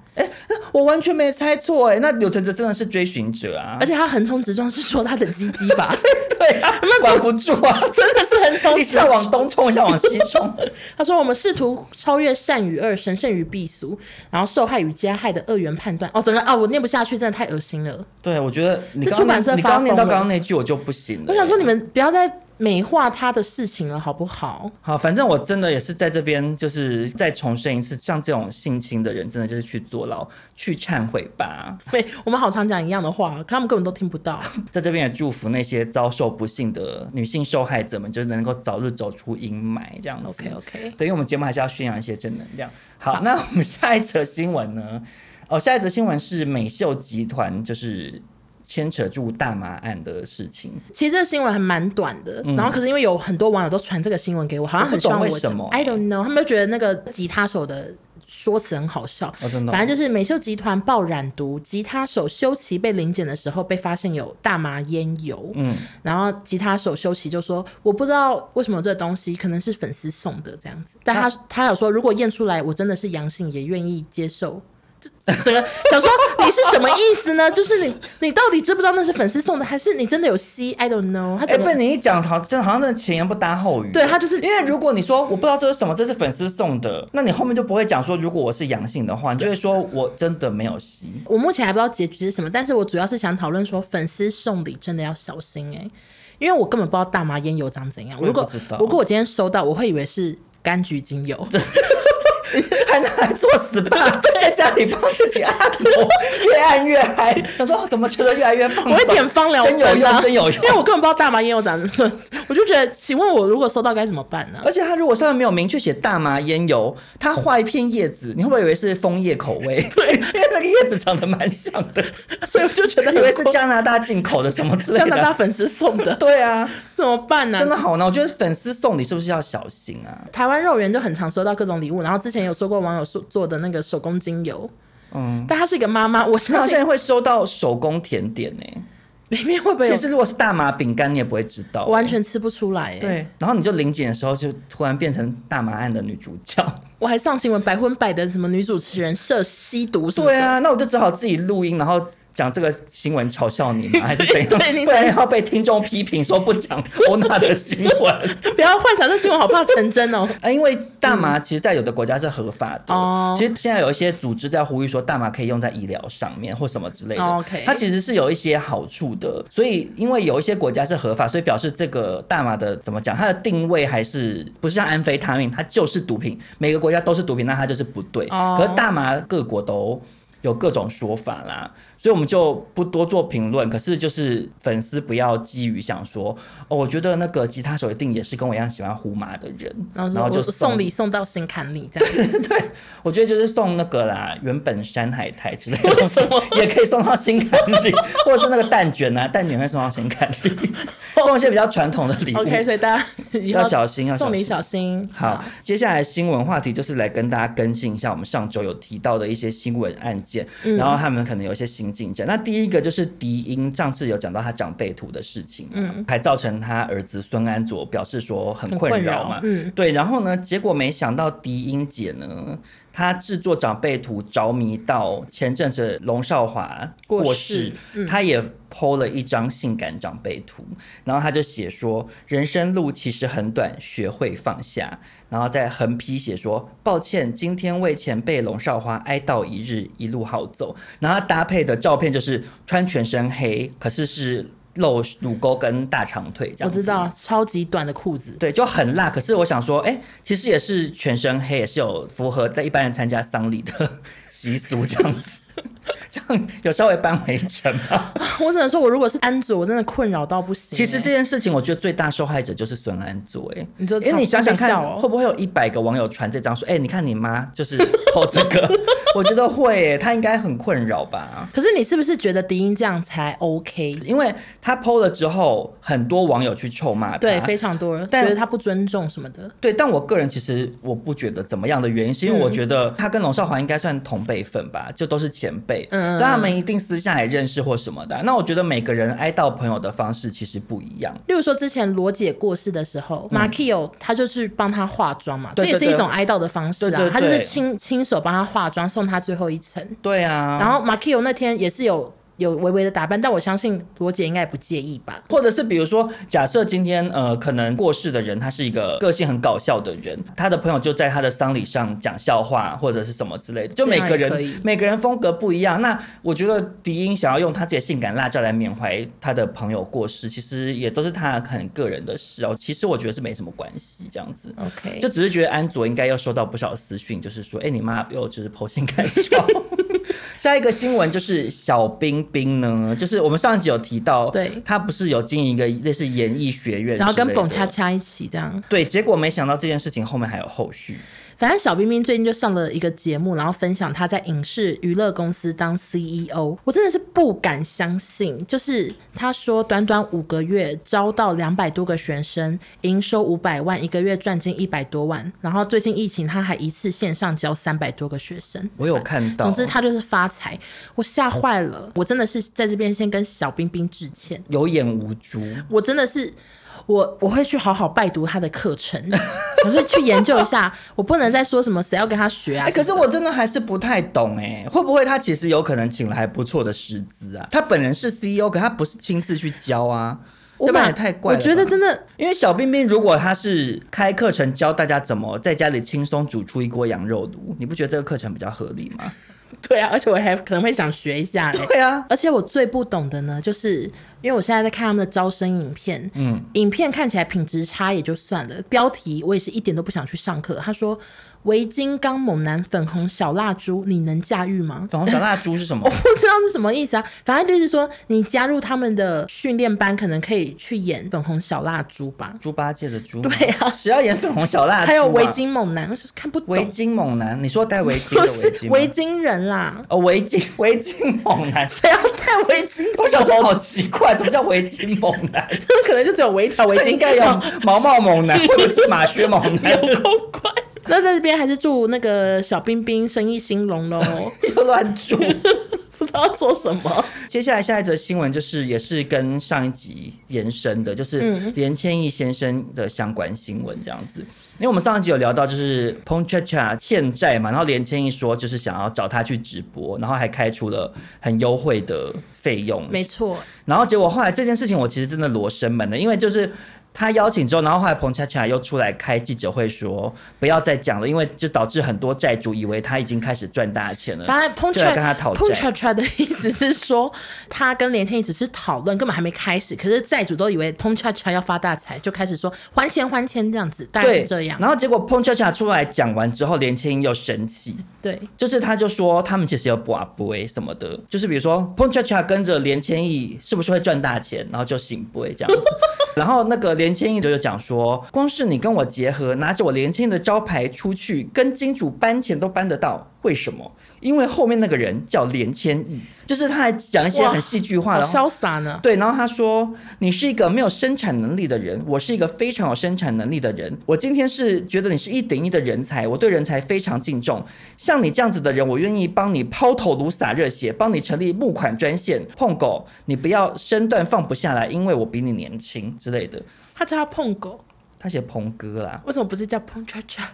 Speaker 2: 我完全没猜错哎、那柳承哲真的是追寻者啊
Speaker 1: 而，且他横冲直撞是说他的鸡鸡吧，
Speaker 2: 对啊，管不住啊，
Speaker 1: 真的是横冲 直
Speaker 2: 一下
Speaker 1: 撞。
Speaker 2: 往东冲，一下往西冲，
Speaker 1: 他说我们试图超越善与恶，神圣与避俗，然后受害与加害的二元判断。哦，整个哦，我念不下去，真的太恶心了。
Speaker 2: 对 我觉得你
Speaker 1: 这
Speaker 2: 刚
Speaker 1: 出版
Speaker 2: 刚
Speaker 1: 社
Speaker 2: 那你
Speaker 1: 发
Speaker 2: 刚刚念到
Speaker 1: 疯了
Speaker 2: 刚刚那句我就不行了、哎
Speaker 1: 我想说，你。们不要再美化他的事情了，好不好？
Speaker 2: 好，反正我真的也是在这边，就是再重申一次，像这种性侵的人，真的就是去坐牢，去忏悔吧。
Speaker 1: 对，我们好常讲一样的话，可他们根本都听不 到。
Speaker 2: 在这边也祝福那些遭受不幸的女性受害者们，就是能够早日走出阴霾，这样子。
Speaker 1: OK OK，
Speaker 2: 对，因为我们节目还是要宣扬一些正能量。好，那我们下一则新闻呢？哦，下一则新闻是美秀集团就是牵扯住大麻案的事情。
Speaker 1: 其实这个新闻还蛮短的，然后可是因为有很多网友都传这个新闻给我，好像很希望
Speaker 2: 我
Speaker 1: 我
Speaker 2: 嗯不懂为什么
Speaker 1: 讲 I don't know，他们就觉得那个吉他手的。说辞很好笑，
Speaker 2: 哦真的哦
Speaker 1: 反正就是美秀集团爆染毒，吉他手修齐被临检的时候被发现有大麻烟油，嗯，然后吉他手修齐就说我不知道为什么有这东西可能是粉丝送的这样子，但他、他有说如果验出来我真的是阳性也愿意接受，整个想说你是什么意思呢？就是你你到底知不知道那是粉丝送的，还是你真的有吸？I don't know。他
Speaker 2: 哎、
Speaker 1: 整个、
Speaker 2: 被你一讲，好像好像真的前言不搭后语。
Speaker 1: 对他就是
Speaker 2: 因为如果你说我不知道这是什么，这是粉丝送的，那你后面就不会讲说如果我是阳性的话，你就会说我真的没有吸。
Speaker 1: 我目前还不知道结局是什么，但是我主要是想讨论说粉丝送礼真的要小心哎、因为我根本不知道大麻烟油长怎样。
Speaker 2: 我也
Speaker 1: 如果
Speaker 2: 不知道
Speaker 1: 如果我今天收到，我会以为是柑橘精油。
Speaker 2: 还拿来做 SPA，在家里帮自己按摩，越按越嗨。哦他说怎么觉得越来越放松？
Speaker 1: 我会点芳疗
Speaker 2: 真有
Speaker 1: 灯啊
Speaker 2: 用，真有用
Speaker 1: 因为。我根本不知道大麻烟油长什么，我就觉得，请问我如果收到该怎么办呢？
Speaker 2: 而且它如果上面没有明确写大麻烟油，它画一片 叶子，你会不会以为是枫叶口味？
Speaker 1: 对
Speaker 2: 因为那个叶子长得蛮像的，
Speaker 1: 所以我就 觉得
Speaker 2: 以为是
Speaker 1: 很
Speaker 2: 加拿大进口的什么之
Speaker 1: 酷
Speaker 2: 类
Speaker 1: 加
Speaker 2: 的。
Speaker 1: 拿大粉丝送的，
Speaker 2: 对啊，
Speaker 1: 怎么办呢、
Speaker 2: 真的好难。我觉得粉丝送礼是不是要小心啊？
Speaker 1: 台湾肉圆就很常收到各种礼物，然后之前有收过网友做做的那个手工精油，
Speaker 2: 嗯，
Speaker 1: 但她是一个妈妈，我
Speaker 2: 那
Speaker 1: 相
Speaker 2: 好
Speaker 1: 信
Speaker 2: 像会收到手工甜点呢、
Speaker 1: 里面会不会有
Speaker 2: 其实如果是大麻饼干，你也不会知道、
Speaker 1: 完全吃不出来、欸？，
Speaker 2: 对。然后你就临检的时候，就突然变成大麻案的女主角。
Speaker 1: 我还上新闻百分百的什么女主持人涉吸毒什么的
Speaker 2: 对，啊，那我就只好自己录音，然后讲这个新闻嘲笑你 嘛，还是怎
Speaker 1: 对
Speaker 2: 样？
Speaker 1: 你
Speaker 2: 不然要被听众批评说不讲欧娜的新 闻。
Speaker 1: 不要幻想这新闻好怕成真 哦。
Speaker 2: 啊，因为大麻其实，在有的国家是合法的。
Speaker 1: 嗯哦
Speaker 2: 其实现在有一些组织在呼吁说，大麻可以用在医疗上面或什么之类的。
Speaker 1: 哦，OK
Speaker 2: 它其实是有一些好处的。所以，因为有一些国家是合法，所以表示这个大麻的怎么讲，它的定位还是不是像安非他命，它就是毒品。每个国家都是毒品，那它就是不对。
Speaker 1: 哦
Speaker 2: 可是大麻各国都。有各种说法啦，所以我们就不多做评论。可是就是粉丝不要基于想说，哦，我觉得那个吉他手一定也是跟我一样喜欢呼麻的人，
Speaker 1: 然后
Speaker 2: 然后
Speaker 1: 说
Speaker 2: 就
Speaker 1: 我送礼送到心坎里这 样，
Speaker 2: 我觉得就是送那个啦，原本山海苔之类的
Speaker 1: 为
Speaker 2: 东西
Speaker 1: 什么，
Speaker 2: 也可以送到心坎里，或者是那个蛋卷啊，蛋卷会送到心坎 里，送一些比较传统的礼物。
Speaker 1: 哦 OK，所以大家以后
Speaker 2: 要小心要小
Speaker 1: 送礼
Speaker 2: 心
Speaker 1: 小心。
Speaker 2: 好，接下来新闻话题就是来跟大家更新一下我们上周有提到的一些新闻案件，
Speaker 1: 嗯
Speaker 2: 然后他们可能有一些新进展。那第一个就是迪英，上次有讲到他长辈图的事情，嗯，还造成他儿子孙安佐表示说很
Speaker 1: 很
Speaker 2: 困
Speaker 1: 困
Speaker 2: 扰
Speaker 1: 扰
Speaker 2: 嘛，
Speaker 1: 嗯，
Speaker 2: 对。然后呢，结果没想到迪英姐呢。她制作长辈图着迷到前阵子龙少华
Speaker 1: 过
Speaker 2: 过
Speaker 1: 世嗯
Speaker 2: 世，她也 PO 了一张性感长辈图，然后他就写说：“人生路其实很短，学会放下。”然后再横批写说：“抱歉，今天为前辈龙少华哀悼一日，一路好走。”然后他搭配的照片就是穿全身黑，可是是露乳沟跟大长腿
Speaker 1: 嗯
Speaker 2: 这
Speaker 1: 我
Speaker 2: 样子。
Speaker 1: 知道，超级短的裤子，
Speaker 2: 对，就很辣。可是我想说，哎、其实也是全身黑，也是有符合在一般人参加丧礼的 习俗这样子，这样有稍微扳回一城吧。
Speaker 1: 我只能说，我如果是安卓，我真的困扰到不行、
Speaker 2: 其实
Speaker 1: 欸
Speaker 2: 这件事情，我觉得最大受害者就是孙安佐、哎，
Speaker 1: 你说
Speaker 2: 因为你想想
Speaker 1: 被
Speaker 2: 看
Speaker 1: 笑，哦
Speaker 2: 会不会有一百个网友传这张说，哎、你看你妈就是偷这个， 我觉得会、哎她应该很困扰吧。
Speaker 1: 可是你是不是觉得迪英这样才 OK？
Speaker 2: 因为她 PO 了之后，很多网友去臭骂她。
Speaker 1: 对，非常多人
Speaker 2: 但
Speaker 1: 觉得他不尊重什么的。
Speaker 2: 对，但我个人其实我不觉得怎么样的原因，是因
Speaker 1: 嗯
Speaker 2: 为我觉得她跟龙少华应该算同辈分吧，就都是前辈，
Speaker 1: 嗯
Speaker 2: 所以他们一定私下也认识或什么的啊。那我觉得每个人哀悼朋友的方式其实不一样。
Speaker 1: 例如说，之前罗姐过世的时候，马 k i o 他就去帮她化妆嘛，
Speaker 2: 嗯对对
Speaker 1: 这也是一种哀悼的方式啊。
Speaker 2: 对对对
Speaker 1: 他就是亲亲手帮她化妆，送她最后一程。
Speaker 2: 对啊，
Speaker 1: 然后马 k i o 那天也是有有微微的打扮，但我相信罗姐应该也不介意吧。
Speaker 2: 或者是比如说，假设今天呃，可能过世的人他是一个个性很搞笑的人，他的朋友就在他的丧礼上讲笑话或者是什么之类的，就
Speaker 1: 这
Speaker 2: 每
Speaker 1: 样
Speaker 2: 个
Speaker 1: 也可以
Speaker 2: 人每个人风格不一样。那我觉得迪英想要用他自己的性感辣椒来缅怀他的朋友过世，其实也都是他很个人的事哦。其实我觉得是没什么关系，这样子。
Speaker 1: OK，
Speaker 2: 就只是觉得安卓应该要收到不少私讯，就是说，哎、你妈又只是剖心感照。 下一个新闻就是小冰冰呢，就是我们上一集有提到，
Speaker 1: 对
Speaker 2: 她不是有经营一个类似演艺学院之类的，
Speaker 1: 然后跟蹦恰恰一起这样。
Speaker 2: 对，结果没想到这件事情后面还有后续，
Speaker 1: 反正小冰冰最近就上了一个节目，然后分享她在影视娱乐公司当 CEO，我真的是不敢相信。就是她说，短短五个月招到两百多个学生，营收五百万，一个月赚进一百多万。然后最近疫情，她还一次线上教三百多个学生。
Speaker 2: 我有看到。
Speaker 1: 总之，她就是发财，我吓坏了。我真的是在这边先跟小冰冰致歉，
Speaker 2: 有眼无 珠，
Speaker 1: 我真的是。我我会去好好拜读她的课 程，我会去研究一下。我不能再说什么谁要跟她学啊
Speaker 2: 哎、。可是我真的还是不太懂哎、会不会他其实有可能请了还不错的师资啊？他本人是 CEO，可他不是亲自去教啊，
Speaker 1: 我
Speaker 2: 要不然也
Speaker 1: 把
Speaker 2: 太怪了
Speaker 1: 我
Speaker 2: 吧。
Speaker 1: 觉得真的
Speaker 2: 因为小冰冰如果她是开课程教大家怎么在家里轻松煮出一锅羊肉炉，你不觉得这个课程比较合理吗？
Speaker 1: 对啊，而且我还可能会想学一下嘞。
Speaker 2: 对啊，
Speaker 1: 而且我最不懂的呢，就是因为我现在在看他们的招生影片，嗯，影片看起来品质差也就算了，标题我也是一点都不想去上课。他说围巾、刚猛男、粉红小蜡烛，你能驾驭吗？
Speaker 2: 粉红小蜡烛是什
Speaker 1: 我
Speaker 2: 么？
Speaker 1: 不知道是什么意思啊，反正就是说，你加入他们的训练班，可能可以去演粉红小蜡烛吧，
Speaker 2: 猪八戒的猪吗？
Speaker 1: 对啊
Speaker 2: 谁要演粉红小蜡烛啊？
Speaker 1: 还有围巾猛男，我就是看不懂，
Speaker 2: 围巾猛男，你说戴围巾
Speaker 1: 不
Speaker 2: 的
Speaker 1: 是
Speaker 2: 围
Speaker 1: 围
Speaker 2: 巾吗？
Speaker 1: 巾人啦，
Speaker 2: 哦，围巾 围巾猛男，
Speaker 1: 谁要戴围巾？
Speaker 2: 我小时候好奇怪，什么叫围巾猛男？
Speaker 1: 可能就只有围一条围
Speaker 2: 应
Speaker 1: 巾，
Speaker 2: 该有毛毛猛男或者是马靴猛男，
Speaker 1: 有够快。 那在这边还是祝那个小冰冰生意兴隆喽，
Speaker 2: 又乱住。
Speaker 1: 不知道说什么。
Speaker 2: 接下来下一则新闻就是也是跟上一集延伸的，
Speaker 1: 嗯
Speaker 2: 就是连千亿先生的相关新闻这样子。因为我们上一集有聊到，就是 Ponchacha 欠债嘛，然后连千亿说就是想要找他去直播，然后还开出了很优惠的费用，
Speaker 1: 没错，
Speaker 2: 然后结果后来这件事情，我其实真的罗生门了，因为就是他邀请之后，然后后来彭恰恰又出来开记者会说不要再讲了，因为就导致很多债主以为他已经开始赚大钱了。
Speaker 1: 反正 p o n c
Speaker 2: 就
Speaker 1: h
Speaker 2: 来
Speaker 1: a
Speaker 2: 跟他
Speaker 1: p
Speaker 2: 讨
Speaker 1: o n
Speaker 2: 债
Speaker 1: c h a c h a 的意思是说，他跟连千亿只是讨论，根本还没开始。可是债主都以为 p o n c h a c h a 要发大财，就开始说还钱还钱这样子，大概
Speaker 2: 对
Speaker 1: 是这，样。
Speaker 2: 然后结果彭恰恰出来讲完之后，连千英又生气，
Speaker 1: 对，
Speaker 2: 就是他就说他们其实有不啊不哎什么的，就是比如说彭恰恰跟着连千亿是不是会赚大钱，然后就醒不哎 这样子。然后那个连千亿就讲说，光是你跟我结合，拿着我连千亿的招牌出去跟金主搬钱都搬得到，为什么？因为后面那个人叫连千亿，就是他还讲一些
Speaker 1: 哇
Speaker 2: 很戏剧化
Speaker 1: 好
Speaker 2: 的话。
Speaker 1: 潇洒呢。
Speaker 2: 对，然后他说：“你是一个没有生产能力的人，我是一个非常有生产能力的人。我今天是觉得你是一等一的人才，我对人才非常敬重。像你这样子的人，我愿意帮你抛头颅洒热血，帮你成立募款专线。碰狗，你不要身段放不下来，因为我比你年轻之类的。”
Speaker 1: 他叫他碰狗，
Speaker 2: 他写鹏哥啦，
Speaker 1: 为什么不是叫 p o n c h a c h a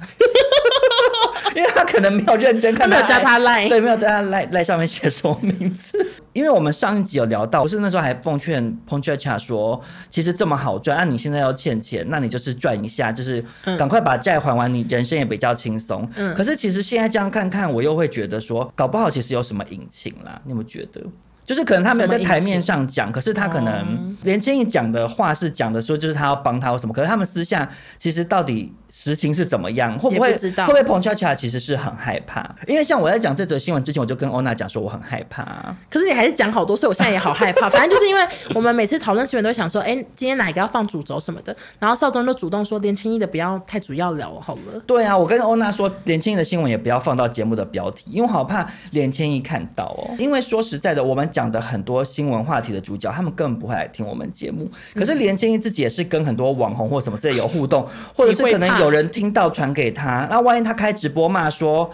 Speaker 2: 因为他可能没有认真 看
Speaker 1: 他没有加他
Speaker 2: line，
Speaker 1: line
Speaker 2: 对，没有在他 line line 上面写什么名字。 因为我们上一集有聊到，不是那时候还奉劝 Ponchacha 说，其实这么好赚，那、你现在要欠钱，那你就是赚一下，就是
Speaker 1: 嗯
Speaker 2: 赶快把债还完，你人生也比较轻松。可是其实现在这样看看，我又会觉得说，搞不好其实有什么隐情啦，你有没有觉得？就是可能他没有在
Speaker 1: 什么隐
Speaker 2: 台面
Speaker 1: 情
Speaker 2: 上讲，可是他可能连千亿讲的话是讲的说，就是他要帮他或什么，可是他们私下其实到底实情是怎么样，会不会
Speaker 1: 也不知道
Speaker 2: 会不会彭恰恰其实是很害怕？因为像我在讲这则新闻之前，我就跟欧娜讲说我很害怕啊，
Speaker 1: 可是你还是讲好多，所以我现在也好害怕。反正就是因为我们每次讨论新闻都会想说，哎、今天哪一个要放主轴什么的，然后少宗就主动说连千亿的不要太主要聊好 了。
Speaker 2: 对啊，我跟欧娜说，连千亿的新闻也不要放到节目的标题，因为我好怕连千亿看到哦。因为说实在的，我们讲的很多新闻话题的主角，他们根本不会来听我们节目。可是
Speaker 1: 嗯
Speaker 2: 连千亿自己也是跟很多网红或什么之类有互动，或者是可能有人听到传给他，那万一他开直播骂说。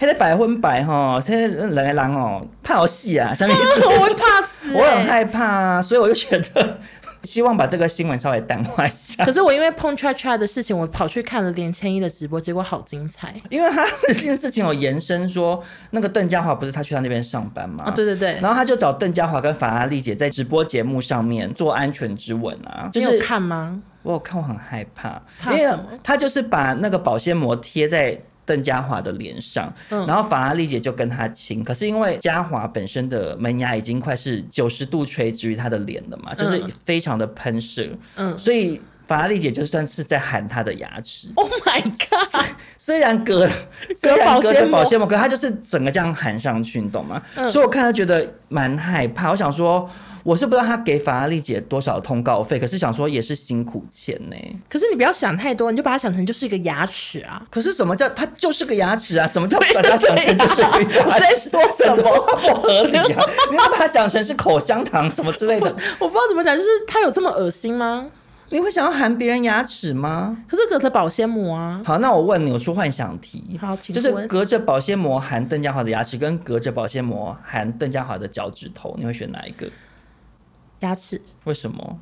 Speaker 2: 黑的百分百吼，现在人狼哦，怕好戏啊，下面一直
Speaker 1: 我会怕死、
Speaker 2: 我很
Speaker 1: 欸
Speaker 2: 害怕啊，所以我就觉得希望把这个新闻稍微淡化一 下
Speaker 1: 可，是我因为碰 cha cha 的事情，我跑去看了连千一的直播，结果好精彩
Speaker 2: 因为他这件事情有延伸说，那个邓家华不是他去他那边上班吗？
Speaker 1: 啊！对对对，
Speaker 2: 然后他就找邓家华跟法拉利姐在直播节目上面做安全之吻啊，就
Speaker 1: 你
Speaker 2: 是
Speaker 1: 有看吗？
Speaker 2: 我有看，我很害怕，
Speaker 1: 怕
Speaker 2: 因
Speaker 1: 什
Speaker 2: 为
Speaker 1: 么
Speaker 2: 他就是把那个保鲜膜贴在。邓家华的脸上，
Speaker 1: 嗯
Speaker 2: 然后法拉利姐就跟他亲，可是因为家华本身的门牙已经快是九十度垂直于他的脸了嘛，就是
Speaker 1: 嗯
Speaker 2: 非常的喷射，
Speaker 1: 嗯
Speaker 2: 所以法拉利姐就算是在喊他的牙齿，
Speaker 1: ，Oh my god！
Speaker 2: 虽然隔 虽然
Speaker 1: 保
Speaker 2: 隔
Speaker 1: 鲜
Speaker 2: 着
Speaker 1: 膜嗯
Speaker 2: 保鲜膜，可它就是整个这样含上去，你懂吗？所以我看到觉得蛮害怕。我想说，我是不知道他给法拉利姐多少通告费，可是想说也是辛苦钱呢、
Speaker 1: 可是你不要想太多，你就把它想成就是一个牙齿啊。
Speaker 2: 可是什么叫它就是个牙齿啊？什么叫把它想成就是个牙
Speaker 1: 我在
Speaker 2: 齿？
Speaker 1: 说什么
Speaker 2: 很多话不合理啊！你要把它想成是口香糖什么之类的，
Speaker 1: 我不知道怎么讲，就是它有这么恶心吗？
Speaker 2: 你会想要含别人牙齿吗？
Speaker 1: 可是隔着保鲜膜啊，
Speaker 2: 好，那我问你，我出幻想题，
Speaker 1: 好请
Speaker 2: 就是
Speaker 1: 问
Speaker 2: 隔着保鲜膜含邓家华的牙齿，跟隔着保鲜膜含邓家华的脚趾头，你会选哪一个？
Speaker 1: 牙齿，
Speaker 2: 为什么？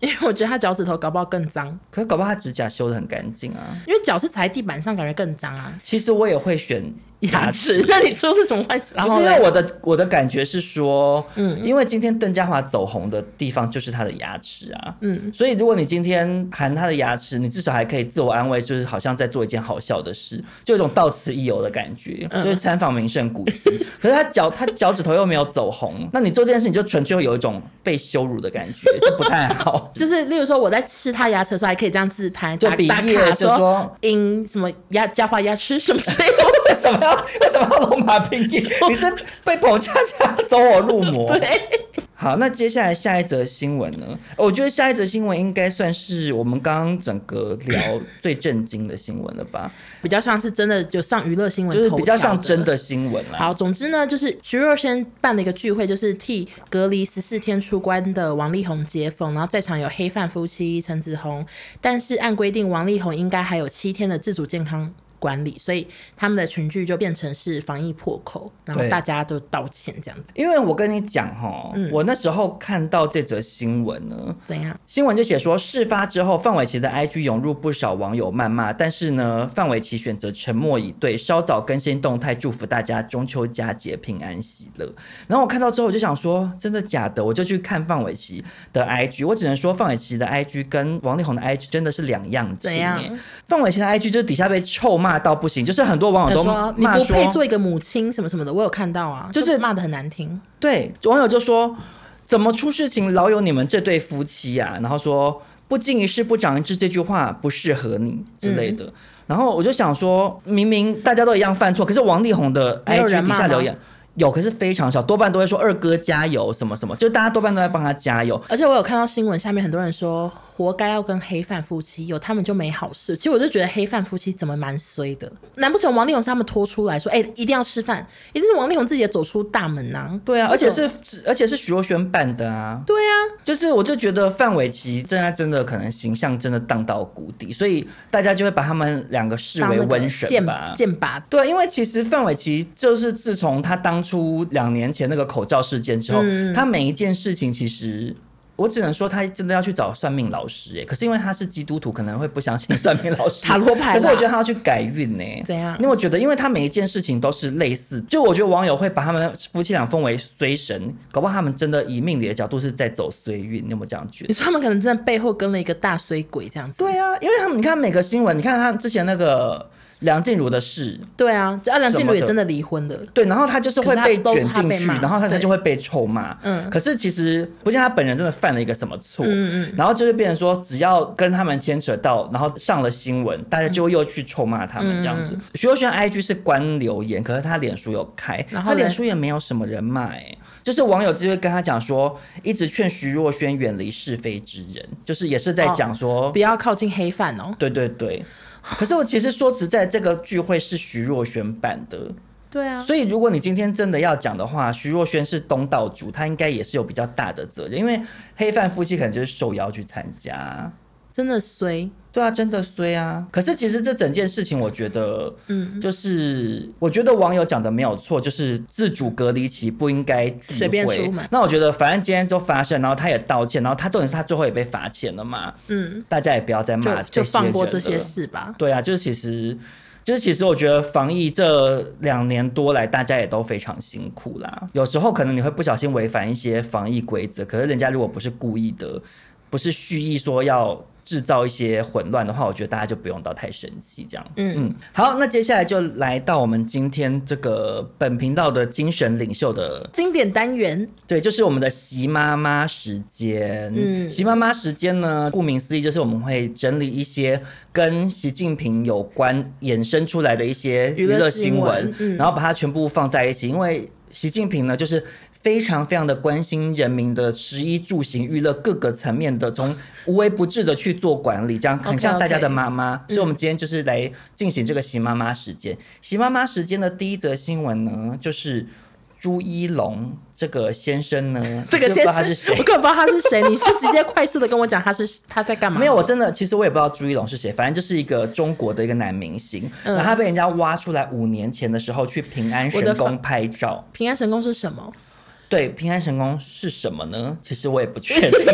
Speaker 1: 因为我觉得它脚趾头搞不好更脏，
Speaker 2: 可是搞不好他指甲修的很干净啊。
Speaker 1: 因为脚是踩在地板上，感觉更脏啊。
Speaker 2: 其实我也会选
Speaker 1: 牙齿， 那你出是什么坏然
Speaker 2: 不
Speaker 1: 后
Speaker 2: 是因
Speaker 1: 呢
Speaker 2: 为我的我的感觉是说，
Speaker 1: 嗯
Speaker 2: 嗯，因为今天邓家华走红的地方就是他的牙齿啊，
Speaker 1: 嗯。
Speaker 2: 嗯，所以如果你今天含他的牙齿，你至少还可以自我安慰，就是好像在做一件好笑的事，就有一种到此一游的感觉，就是参访名胜古迹。 可是他脚他脚趾头又没有走红，那你做这件事情就纯粹会有一种被羞辱的感觉，就不太好
Speaker 1: 就是，例如说我在吃他牙齿的时候，还可以这样自拍，
Speaker 2: 就
Speaker 1: 打
Speaker 2: 比
Speaker 1: 打
Speaker 2: 耶
Speaker 1: 卡
Speaker 2: 就说
Speaker 1: in 什么牙加花牙齿什么之类的。
Speaker 2: 为什么要为什么要龙马拼音？你是被捧恰恰走火入魔？
Speaker 1: 对，
Speaker 2: 好，那接下来下一则新闻呢？呃我觉得下一则新闻应该算是我们刚刚整个聊最震惊的新闻了 吧，
Speaker 1: 比较像是真的有上娱乐新闻，
Speaker 2: 就是比较像真
Speaker 1: 的。
Speaker 2: 的新闻啦。
Speaker 1: 好，总之呢，就是徐若瑄办了一个聚会，就是替隔离十四天出关的王力宏解封，然后在场有黑范夫妻陈子红，但是按规定，王力宏应该还有七天的自主健康管理，所以他们的群聚就变成是防疫破口，然后
Speaker 2: 对
Speaker 1: 大家都道歉这样子，
Speaker 2: 因为我跟你讲哈，
Speaker 1: 嗯
Speaker 2: 我那时候看到这则新闻呢，
Speaker 1: 怎样？
Speaker 2: 新闻就写说，事发之后，范玮琪的 IG 涌入不少网友谩骂，但是呢，范玮琪选择沉默以对，稍早更新动态，祝福大家中秋佳节平安喜乐。然后我看到之后，我就想说，真的假的？我就去看范玮琪的 IG，我只能说范玮琪的 IG 跟王力宏的 IG 真的是两样情
Speaker 1: 怎样
Speaker 2: 耶。范玮琪的 IG 就是底下被臭骂到不行，就是很多网友哦都
Speaker 1: 呃说你
Speaker 2: 骂
Speaker 1: 不
Speaker 2: 说
Speaker 1: 配做一个母亲什么什么的，我有看到啊，
Speaker 2: 就是
Speaker 1: 骂的很难听。
Speaker 2: 对，网友就说怎么出事情老有你们这对夫妻啊，然后说不经一事不长一智这句话不适合你之类
Speaker 1: 嗯
Speaker 2: 的。然后我就想说，明明大家都一样犯错，可是王力宏的
Speaker 1: 没有人
Speaker 2: IG 底
Speaker 1: 骂吗
Speaker 2: 下留言。有，可是非常少，多半都会说二哥加油什么什么，就大家多半都在帮他加油。
Speaker 1: 而且我有看到新闻，下面很多人说活该要跟黑范夫妻，有他们就没好事。其实我就觉得黑范夫妻怎么蛮衰的，难不成王力宏是他们拖出来说，哎、一定要吃饭，一定是王力宏自己也走出大门呐、
Speaker 2: 对啊，而且是而且是徐若瑄办的啊。
Speaker 1: 对啊，
Speaker 2: 就是我就觉得范玮琪真的真的可能形象真的荡到谷底，所以大家就会把他们两个视
Speaker 1: 当
Speaker 2: 为
Speaker 1: 那个
Speaker 2: 瘟神
Speaker 1: 剑
Speaker 2: 吧。
Speaker 1: 剑拔。
Speaker 2: 对，因为其实范玮琪就是自从他当初两年前那个口罩事件之后，
Speaker 1: 嗯
Speaker 2: 他每一件事情其实。我只能说，他真的要去找算命老师哎，可是因为他是基督徒，可能会不相信算命老师
Speaker 1: 塔罗牌啦
Speaker 2: 可是我觉得他要去改运呢、
Speaker 1: 怎样
Speaker 2: 因为我觉得，因为他每一件事情都是类似，就我觉得网友会把他们夫妻俩奉为衰神，搞不好他们真的以命理的角度是在走衰运，你有没有这样觉得
Speaker 1: 你？说他们可能真的背后跟了一个大衰鬼这样子。
Speaker 2: 对啊，因为他们你看每个新闻，你看他之前那个梁静茹的事，
Speaker 1: 对啊，这啊梁静茹也
Speaker 2: 什么的
Speaker 1: 真的离婚了。
Speaker 2: 对，然后他就是会被卷
Speaker 1: 可是他
Speaker 2: 进
Speaker 1: 都怕被
Speaker 2: 去，
Speaker 1: 骂
Speaker 2: 然后他他
Speaker 1: 对
Speaker 2: 就会被臭骂。
Speaker 1: 嗯
Speaker 2: 可是其实不像他本人真的犯了一个什么错，
Speaker 1: 嗯
Speaker 2: 然后就是变成说，只要跟他们牵扯到，然后上了新闻，大家就又去臭骂他们这样
Speaker 1: 嗯
Speaker 2: 子。徐若瑄 IG 是关留言，可是她脸书有开，
Speaker 1: 然后呢
Speaker 2: 她脸书也没有什么人骂、欸，就是网友就会跟她讲说，一直劝徐若瑄远离是非之人，就是也是在
Speaker 1: 哦
Speaker 2: 讲说，
Speaker 1: 不要靠近黑范哦。
Speaker 2: 对对对。可是我其实说实在，这个聚会是徐若瑄办的，
Speaker 1: 对啊，
Speaker 2: 所以，如果你今天真的要讲的话，徐若瑄是东道主，她应该也是有比较大的责任，因为黑范夫妻可能就是受邀去参加。
Speaker 1: 真的衰。
Speaker 2: 对啊，真的衰啊！可是其实这整件事情，我觉得，
Speaker 1: 嗯
Speaker 2: 嗯，就是我觉得网友讲的没有错，就是自主隔离期不应该聚会
Speaker 1: 随便出门
Speaker 2: 那我觉得，反正今天就发生，然后他也道歉，然后他重点是他最后也被罚钱了嘛，
Speaker 1: 嗯，
Speaker 2: 大家也不要再骂
Speaker 1: 就就放过
Speaker 2: 人
Speaker 1: 这些
Speaker 2: 了
Speaker 1: 事吧。
Speaker 2: 对啊，就是其实，就是其实我觉得防疫这两年多来，大家也都非常辛苦啦。有时候可能你会不小心违反一些防疫规则，可是人家如果不是故意的，不是蓄意说要。制造一些混乱的话，我觉得大家就不用到太生气这样。
Speaker 1: 嗯
Speaker 2: 嗯，好，那接下来就来到我们今天这个本频道的精神领袖的
Speaker 1: 经典单元，
Speaker 2: 对，就是我们的席妈妈时间。
Speaker 1: 嗯
Speaker 2: 嗯，席妈妈时间呢，顾名思义就是我们会整理一些跟习近平有关衍生出来的一些
Speaker 1: 娱
Speaker 2: 娱
Speaker 1: 乐
Speaker 2: 乐
Speaker 1: 新
Speaker 2: 新
Speaker 1: 闻
Speaker 2: 闻，
Speaker 1: 嗯
Speaker 2: 然后把它全部放在一起，因为。习近平呢，就是非常非常的关心人民的食衣住行娱乐各个层面的，从无微不至的去做管理，这样很
Speaker 1: OK，
Speaker 2: 像大家的
Speaker 1: OK，
Speaker 2: 妈妈。所以，我们今天就是来进行这个习妈妈时间。习妈妈时间的第一则新闻呢，就是朱一龙这个先生呢
Speaker 1: 这个
Speaker 2: 其实
Speaker 1: 先
Speaker 2: 不知道
Speaker 1: 生
Speaker 2: 他是谁
Speaker 1: 我。根本不知道他是谁，你就直接快速的跟我讲他是他在干嘛。
Speaker 2: 没有，我真的其实我也不知道朱一龙是谁，反正就是一个中国的一个男明星，
Speaker 1: 嗯
Speaker 2: 然后他被人家挖出来五年前的时候去平安
Speaker 1: 我的
Speaker 2: 神
Speaker 1: 发
Speaker 2: 宫拍照。
Speaker 1: 平安神功是什么？
Speaker 2: 对，平安神宫是什么呢？其实我也不确定。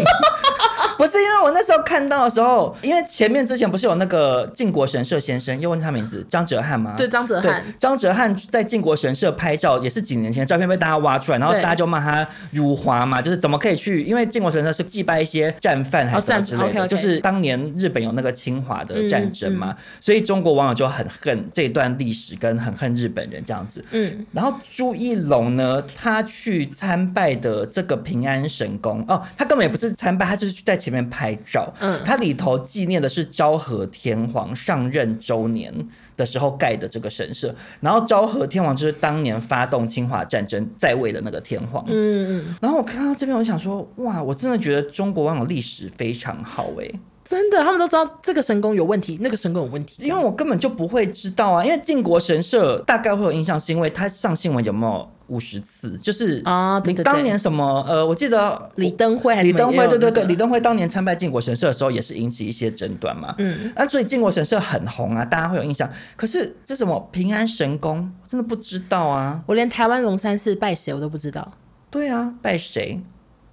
Speaker 2: 不是因为我那时候看到的时候，因为前面之前不是有那个靖国神社先生，又问他名字张哲瀚吗？
Speaker 1: 对张哲瀚
Speaker 2: 对张哲瀚在靖国神社拍照，也是几年前的照片被大家挖出来，然后
Speaker 1: 对
Speaker 2: 大家就骂他辱华嘛，就是怎么可以去？因为靖国神社是祭拜一些战犯还
Speaker 1: 哦
Speaker 2: 是什么
Speaker 1: 战
Speaker 2: 之类的，
Speaker 1: ，OK，OK
Speaker 2: 就是当年日本有那个侵华的战争
Speaker 1: 嗯
Speaker 2: 嘛，所以中国网友就很恨这段历史，跟很恨日本人这样子。
Speaker 1: 嗯，
Speaker 2: 然后朱一龙呢，他去参拜的这个平安神宫哦，他根本也不是参拜，他就是去在前面拍照。
Speaker 1: 嗯
Speaker 2: 他里头纪念的是昭和天皇上任周年的时候盖的这个神社，然后昭和天皇就是当年发动侵华战争在位的那个天皇。
Speaker 1: 嗯嗯，
Speaker 2: 然后我看到这边，我想说，哇，我真的觉得中国网友历史非常好欸诶、
Speaker 1: 真的，他们都知道这个神功有问题，那个神功有问题，
Speaker 2: 因为我根本就不会知道啊，因为靖国神社大概会有印象，是因为它上新闻有没有五十次，就是
Speaker 1: 啊对
Speaker 2: 你
Speaker 1: 对对
Speaker 2: 当年什么呃，我记得
Speaker 1: 李登辉还是
Speaker 2: 李
Speaker 1: 什么
Speaker 2: 登
Speaker 1: 也有
Speaker 2: 辉，对对
Speaker 1: 那个
Speaker 2: 对，李登辉当年参拜靖国神社的时候，也是引起一些争端嘛。
Speaker 1: 嗯，
Speaker 2: 那、所以靖国神社很红啊，大家会有印象。可是这什么平安神宫，我真的不知道啊。
Speaker 1: 我连台湾龙山寺拜谁我都不知 道，
Speaker 2: 对啊，拜谁？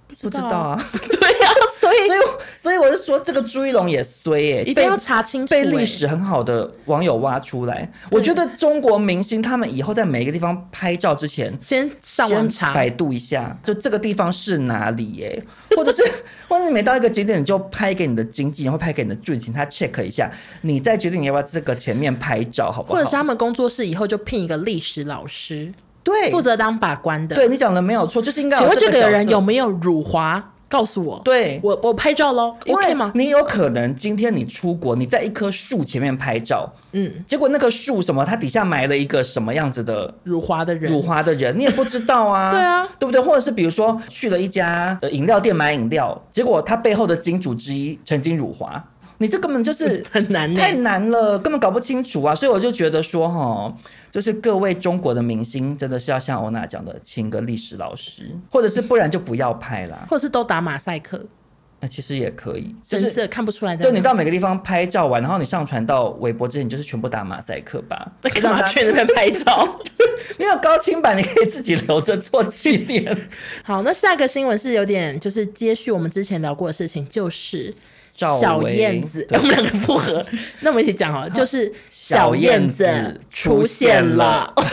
Speaker 2: 不知
Speaker 1: 道
Speaker 2: 道
Speaker 1: 啊
Speaker 2: 啊。
Speaker 1: 对啊， 所以
Speaker 2: 所以所以我是说，这个朱一龙也衰 耶、
Speaker 1: 一定
Speaker 2: 被
Speaker 1: 要查清楚、欸。
Speaker 2: 被历史很好的网友挖出来。我觉得中国明星他们以后在每个地方拍照之前。
Speaker 1: 先上网
Speaker 2: 先
Speaker 1: 查，
Speaker 2: 百度一下，就这个地方是哪里耶、 或者是，或者你每到一个景点，你就拍给你的经纪人，或拍给你的剧情，他 check 一下，你再决定你要不要这个前面拍照，好不
Speaker 1: 或者是
Speaker 2: 好？
Speaker 1: 他们工作室以后就聘一个历史老师，
Speaker 2: 对
Speaker 1: 负，责当把关的。
Speaker 2: 对，你讲的没有错，就是应该
Speaker 1: 请
Speaker 2: 有
Speaker 1: 问这
Speaker 2: 个角
Speaker 1: 个人
Speaker 2: 色
Speaker 1: 有没有辱华？告诉我。
Speaker 2: 对
Speaker 1: 我我拍照喽
Speaker 2: 因
Speaker 1: ，OK
Speaker 2: 为
Speaker 1: 吗？
Speaker 2: 你有可能今天你出国，你在一棵树前面拍照，
Speaker 1: 嗯，
Speaker 2: 结果那棵树什么，它底下埋了一个什么样子的
Speaker 1: 辱华的人
Speaker 2: 辱，华的人，你也不知道 啊，
Speaker 1: 对啊，
Speaker 2: 对不对？或者是比如说去了一家呃饮料店买饮料，结果他背后的金主之一曾经辱华，你这根本就是
Speaker 1: 很难欸呢、
Speaker 2: 太难了，根本搞不清楚啊！所以我就觉得说，哈，就是各位中国的明星真的是要像欧娜讲的，请个历史老师，或者是不然就不要拍啦。
Speaker 1: 或者是都打马赛克，
Speaker 2: 那其实也可以，就
Speaker 1: 神
Speaker 2: 是。
Speaker 1: 色看不出来的。
Speaker 2: 就你到每个地方拍照完，然后你上传到微博之前，你就是全部打马赛克吧，
Speaker 1: 那
Speaker 2: 就
Speaker 1: 干
Speaker 2: 让大
Speaker 1: 嘛
Speaker 2: 家
Speaker 1: 去那边拍 照？
Speaker 2: 没有高清版，你可以自己留着做纪念。
Speaker 1: 好，那下个新闻是有点就是接续我们之前聊过的事情，就是
Speaker 2: 赵
Speaker 1: 小
Speaker 2: 薇
Speaker 1: 燕子，
Speaker 2: 对
Speaker 1: 我们两个复合，那我们一起讲哦，就是
Speaker 2: 小燕子
Speaker 1: 子
Speaker 2: 出
Speaker 1: 出
Speaker 2: 现
Speaker 1: 现
Speaker 2: 了
Speaker 1: 了。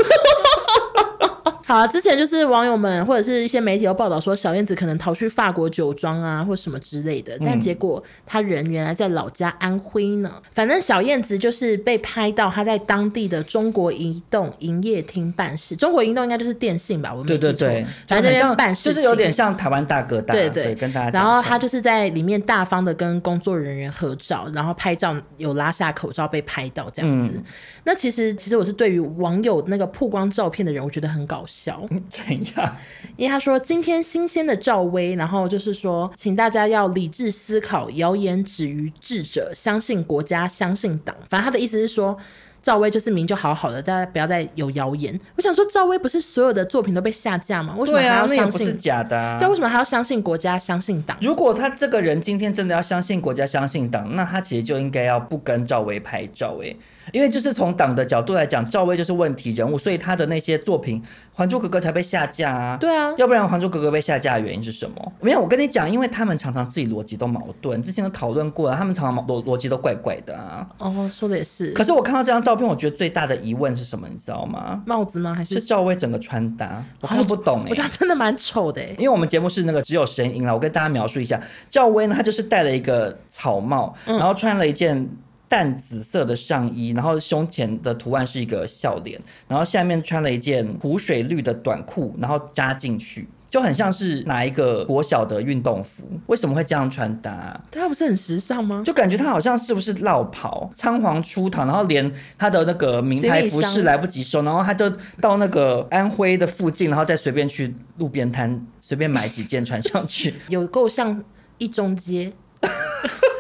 Speaker 1: 好、啊，之前就是网友们或者是一些媒体有报道说，小燕子可能逃去法国酒庄啊，或什么之类的，
Speaker 2: 嗯
Speaker 1: 但结果她人原来在老家安徽呢。反正小燕子就是被拍到她在当地的中国移动营业厅办事，中国移动应该就是电信吧，我没
Speaker 2: 对
Speaker 1: 记错
Speaker 2: 对对，
Speaker 1: 反正
Speaker 2: 就很
Speaker 1: 这边
Speaker 2: 像
Speaker 1: 办事
Speaker 2: 就
Speaker 1: 情
Speaker 2: 是有点像台湾大哥大，
Speaker 1: 对
Speaker 2: 对，跟大家讲一下。
Speaker 1: 然后他就是在里面大方的跟工作人员合照，然后拍照有拉下口罩被拍到这样
Speaker 2: 嗯
Speaker 1: 子。那其实其实我是对于网友那个曝光照片的人，我觉得很搞笑，
Speaker 2: 怎样？
Speaker 1: 因为他说今天新鲜的赵薇，然后就是说，请大家要理智思考，谣言止于智者，相信国家，相信党。反正他的意思是说。赵薇就是名就好好的，大家不要再有谣言。我想说，赵薇不是所有的作品都被下架 吗？为什么还
Speaker 2: 对啊
Speaker 1: 要，
Speaker 2: 那也
Speaker 1: 相
Speaker 2: 不是
Speaker 1: 信？
Speaker 2: 假的、啊
Speaker 1: 对，。为什么还要相信国家、相信党？
Speaker 2: 如果他这个人今天真的要相信国家、相信党，那他其实就应该要不跟赵薇拍照哎、因为就是从党的角度来讲，赵薇就是问题人物，所以他的那些作品《还珠格格》才被下架啊。
Speaker 1: 对啊
Speaker 2: 要不然《还珠格格》被下架的原因是什么？没有，我跟你讲，因为他们常常自己逻辑都矛盾，之前都讨论过了，他们常常逻逻辑都怪怪的啊。
Speaker 1: 哦，说的也是
Speaker 2: 可。是我看到这张照片，我觉得最大的疑问是什么？你知道吗？
Speaker 1: 帽子吗？还
Speaker 2: 是
Speaker 1: 是
Speaker 2: 赵薇整个穿搭，我看不懂哎、
Speaker 1: 我觉得他真的蛮丑的欸
Speaker 2: 因为我们节目是那个只有声音了，我跟大家描述一下，赵薇呢，她就是戴了一个草帽，然后穿了一件淡紫色的上衣，然后胸前的图案是一个笑脸，然后下面穿了一件湖水绿的短裤，然后扎进去，就很像是哪一个国小的运动服。为什么会这样穿搭啊、
Speaker 1: 对他不是很时尚吗？
Speaker 2: 就感觉他好像是不是落跑，仓皇出逃，然后连他的那个名牌服
Speaker 1: 行李
Speaker 2: 饰
Speaker 1: 箱
Speaker 2: 来不及收，然后他就到那个安徽的附近，然后再随便去路边摊随便买几件穿上去。
Speaker 1: 有够像一中街，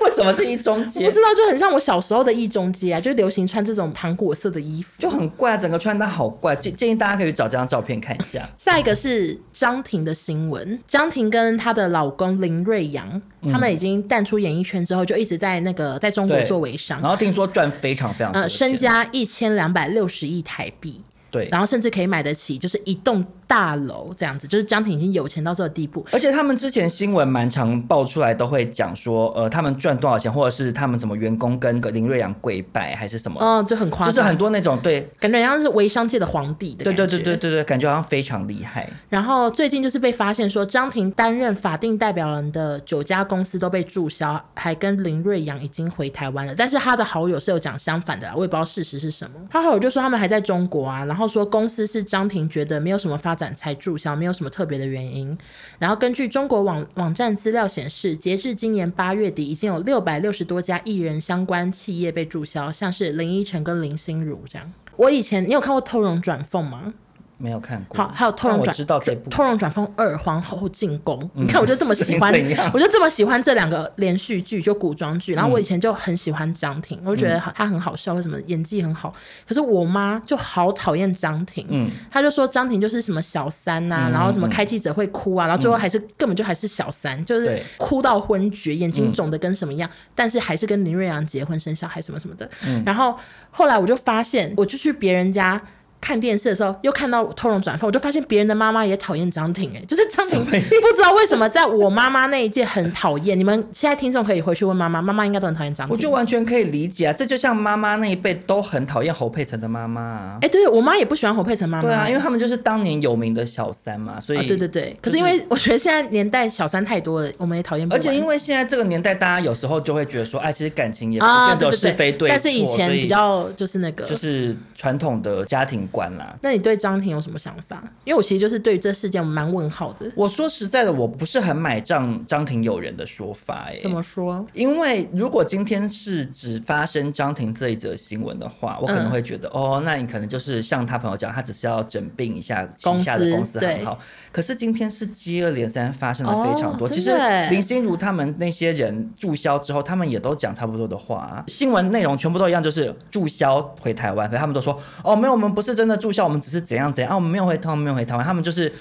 Speaker 2: 为什么是一中
Speaker 1: 我不
Speaker 2: 街？
Speaker 1: 知道，就很像我小时候的一中街啊，就流行穿这种糖果色的衣服。
Speaker 2: 就很怪，整个穿搭好怪，建建议大家可以去找这张照片看一下。
Speaker 1: 下一个是张庭的新闻，张庭跟她的老公林瑞阳，
Speaker 2: 嗯
Speaker 1: 他们已经淡出演艺圈之后，就一直在那个在中国
Speaker 2: 对
Speaker 1: 做微商
Speaker 2: 然，后听说赚非常非常多的
Speaker 1: 呃，身
Speaker 2: 钱，
Speaker 1: 家一千两百六十亿台币，
Speaker 2: 对
Speaker 1: 然后甚至可以买得起就是一栋大楼这样子，就是江婷已经有钱到这个地步。
Speaker 2: 而且他们之前新闻蛮常爆出来，都会讲说，呃，他们赚多少钱，或者是他们怎么员工跟林瑞阳跪拜还是什么，
Speaker 1: 嗯，就很夸
Speaker 2: 就
Speaker 1: 张，
Speaker 2: 是很多那种对
Speaker 1: 感觉像是微商界的皇帝的
Speaker 2: 对
Speaker 1: 感觉。
Speaker 2: 对对对对对，感觉好像非常厉害。
Speaker 1: 然后最近就是被发现说，张婷担任法定代表人的九家公司都被注销，还跟林瑞阳已经回台湾了。但是他的好友是有讲相反的啦，我也不知道事实是什么。他好友就说他们还在中国啊，然后说公司是张婷觉得没有什么发展才注销，没有什么特别的原因。然后根据中国网网站资料显示，截至今年八月底，已经有六百六十多家艺人相关企业被注销，像是林依晨跟林心如这样。我以前你有看过《偷龙转凤》吗？
Speaker 2: 没有看过，
Speaker 1: 好，还有《偷
Speaker 2: 但
Speaker 1: 龙
Speaker 2: 我
Speaker 1: 转
Speaker 2: 知道这部
Speaker 1: 《偷龙转凤二：皇后进宫》你看我就这么喜欢
Speaker 2: 嗯 怎样，嗯
Speaker 1: 我就这么喜欢这两个连续剧，就古装剧。然后我以前就很喜欢张庭，我就觉得她很好笑，为什么演技很好？可是我妈就好讨厌张庭，
Speaker 2: 嗯
Speaker 1: 她就说张庭就是什么小三呐、然后什么开记者会哭啊，然后最后还是根本就还是小三，就是
Speaker 2: 嗯对嗯
Speaker 1: 哭到昏厥，眼睛肿的跟什么样，但是还是跟林瑞阳结婚生小孩什么什么的。
Speaker 2: 嗯
Speaker 1: 然后后来我就发现，我就去别人家。看电视的时候又看到偷龙转凤，我就发现别人的妈妈也讨厌张挺、欸，就是张挺不知道为什么在我妈妈那一届很讨厌。你们现在听众可以回去问妈妈，妈妈应该都很讨厌张
Speaker 2: 我觉
Speaker 1: 挺
Speaker 2: 得。完全可以理解啊，这就像妈妈那一辈都很讨厌侯佩岑的妈妈、啊。
Speaker 1: 哎、对我妈也不喜欢侯佩岑妈妈，
Speaker 2: 对啊，因为他们就是当年有名的小三嘛，所以、
Speaker 1: 啊对对对。可
Speaker 2: 就
Speaker 1: 是因
Speaker 2: 是
Speaker 1: 为我觉得现在年代小三太多了，我们也讨厌不
Speaker 2: 而
Speaker 1: 完。
Speaker 2: 且因为现在这个年代，大家有时候就会觉得说，哎、其实感情也不
Speaker 1: 啊，
Speaker 2: 见
Speaker 1: 对
Speaker 2: 得
Speaker 1: 对
Speaker 2: 是
Speaker 1: 对，
Speaker 2: 非对错，
Speaker 1: 但是以前
Speaker 2: 所
Speaker 1: 比较就是那个，
Speaker 2: 就是传统的家庭观啦。
Speaker 1: 那你对张庭有什么想法？因为我其实就是对于这事件我蛮问号的。
Speaker 2: 我说实在的，我不是很买账张庭友人的说法、欸，
Speaker 1: 怎么说？
Speaker 2: 因为如果今天是只发生张庭这一则新闻的话，我可能会觉
Speaker 1: 嗯
Speaker 2: 得、哦，那你可能就是像他朋友讲，他只是要整并一下旗下的公
Speaker 1: 公
Speaker 2: 司
Speaker 1: 司
Speaker 2: 很好。可是今天是接二连三发生了非常多，
Speaker 1: 哦
Speaker 2: 其实
Speaker 1: 真的耶
Speaker 2: 林心如他们那些人注销之后，他们也都讲差不多的话啊，新闻内容全部都一样，就是注销回台湾，可是他们都说哦，没有，我们不是真的注销，我们只是怎样怎样，啊、我们没有回台湾，没有回台湾，他们就是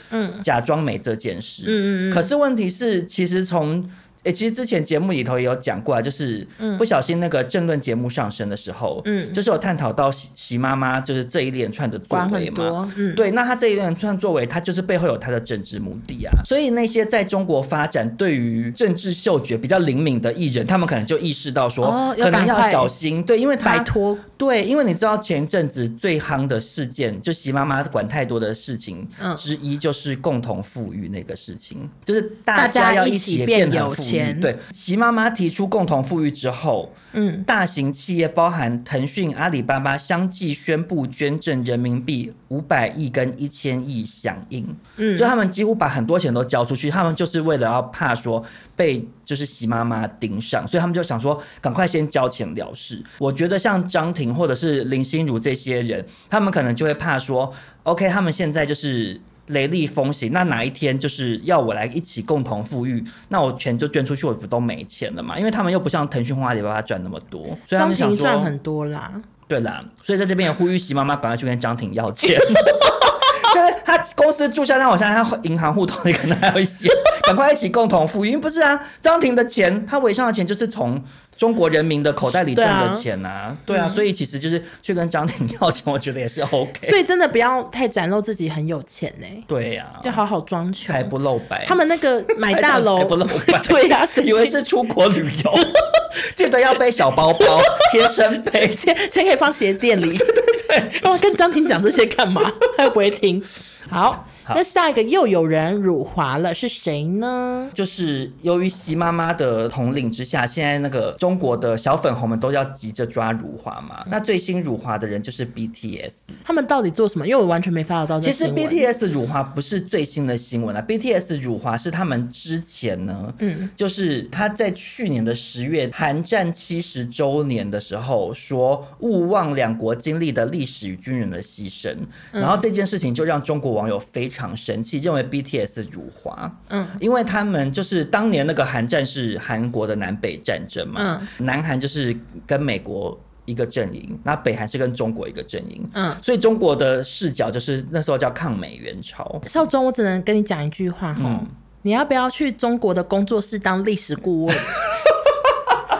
Speaker 2: 假装没这件事。
Speaker 1: 嗯
Speaker 2: 可是问题是，其实从诶、其实之前节目里头也有讲过啊，就是不小心那个政论节目上升的时候，
Speaker 1: 嗯
Speaker 2: 就是有探讨到习习妈妈就是这一连串的作
Speaker 1: 管
Speaker 2: 为
Speaker 1: 很
Speaker 2: 嘛。
Speaker 1: 多，嗯，
Speaker 2: 对，那她这一连串作为，她就是背后有她的政治目的啊。所以那些在中国发展对于政治嗅觉比较灵敏的艺人，他们可能就意识到说，
Speaker 1: 哦要
Speaker 2: 可
Speaker 1: 赶
Speaker 2: 能要
Speaker 1: 快
Speaker 2: 小心。对，因为
Speaker 1: 摆
Speaker 2: 他
Speaker 1: 脱
Speaker 2: 对，因为你知道前阵子最夯的事件，就习妈妈管太多的事情
Speaker 1: 嗯
Speaker 2: 之一，就是共同富裕那个事情，就是大
Speaker 1: 大
Speaker 2: 家
Speaker 1: 家
Speaker 2: 要
Speaker 1: 一起
Speaker 2: 起
Speaker 1: 变
Speaker 2: 得
Speaker 1: 有
Speaker 2: 富
Speaker 1: 钱
Speaker 2: 裕对，习妈妈提出共同富裕之后，
Speaker 1: 嗯，
Speaker 2: 大型企业包含腾讯、阿里巴巴相继宣布捐赠人民币五百亿跟一千亿响应，
Speaker 1: 嗯
Speaker 2: 就他们几乎把很多钱都交出去，他们就是为了要怕说被就是习妈妈盯上，所以他们就想说赶快先交钱了事。我觉得像张庭或者是林心如这些人，他们可能就会怕说，OK，他们现在就是。雷厉风行，那哪一天就是要我来一起共同富裕，那我钱就捐出去，我不都没钱了嘛？因为他们又不像腾讯、花阿里巴巴赚那么多，所以他
Speaker 1: 张
Speaker 2: 们想
Speaker 1: 庭
Speaker 2: 说，
Speaker 1: 赚很多啦。
Speaker 2: 对啦，所以在这边也呼吁习妈妈赶快去跟张挺要 钱。就是他公司注销，但我相信他银行户头里可能还有 一些，赶快一起共同富裕。因为不是啊，张挺的钱，他尾上的钱就是从中国人民的口袋里
Speaker 1: 对
Speaker 2: 赚
Speaker 1: 啊
Speaker 2: 的钱啊，对啊，所以其实就是去跟张挺要钱，我觉得也是 OK。
Speaker 1: 所以真的不要太展露自己很有钱呢、
Speaker 2: 对呀、
Speaker 1: 要
Speaker 2: 啊，
Speaker 1: 好好装穷
Speaker 2: 财。不露白。
Speaker 1: 他们那 个买大
Speaker 2: 还
Speaker 1: 楼
Speaker 2: 讲财不露白
Speaker 1: 对 呀、谁
Speaker 2: 以为是出国旅游，记得要背小包 包、贴身背。
Speaker 1: 钱钱可以放鞋垫 里。对对对，我跟张婷讲这些干嘛？她又不会听。好，那下一个又有人辱华了，是谁呢？
Speaker 2: 就是由于习妈妈的统领之下，现在那个中国的小粉红们都要急着抓辱华嘛。那最新辱华的人就是 BTS。
Speaker 1: 他们到底做什么？因为我完全没 follow 到这
Speaker 2: 其
Speaker 1: 个
Speaker 2: 实
Speaker 1: 新闻。
Speaker 2: BTS 辱华不是最新的新闻啊，BTS 辱华是他们之前呢，嗯，就是他在去年的十月韩战七十周年的时候说，勿忘两国经历的历史与军人的牺牲，
Speaker 1: 嗯
Speaker 2: 然后这件事情就让中国网友非常生气，认为 BTS 辱华，嗯，因为他们就是当年那个韩战是韩国的南北战争嘛，
Speaker 1: 嗯
Speaker 2: 南韩就是跟美国。一个阵营，那北韩是跟中国一个阵营，
Speaker 1: 嗯
Speaker 2: 所以中国的视角就是那时候叫抗美援朝。
Speaker 1: 少中，我只能跟你讲一句
Speaker 2: 嗯
Speaker 1: 话哈、你要不要去中国的工作室当历史顾问？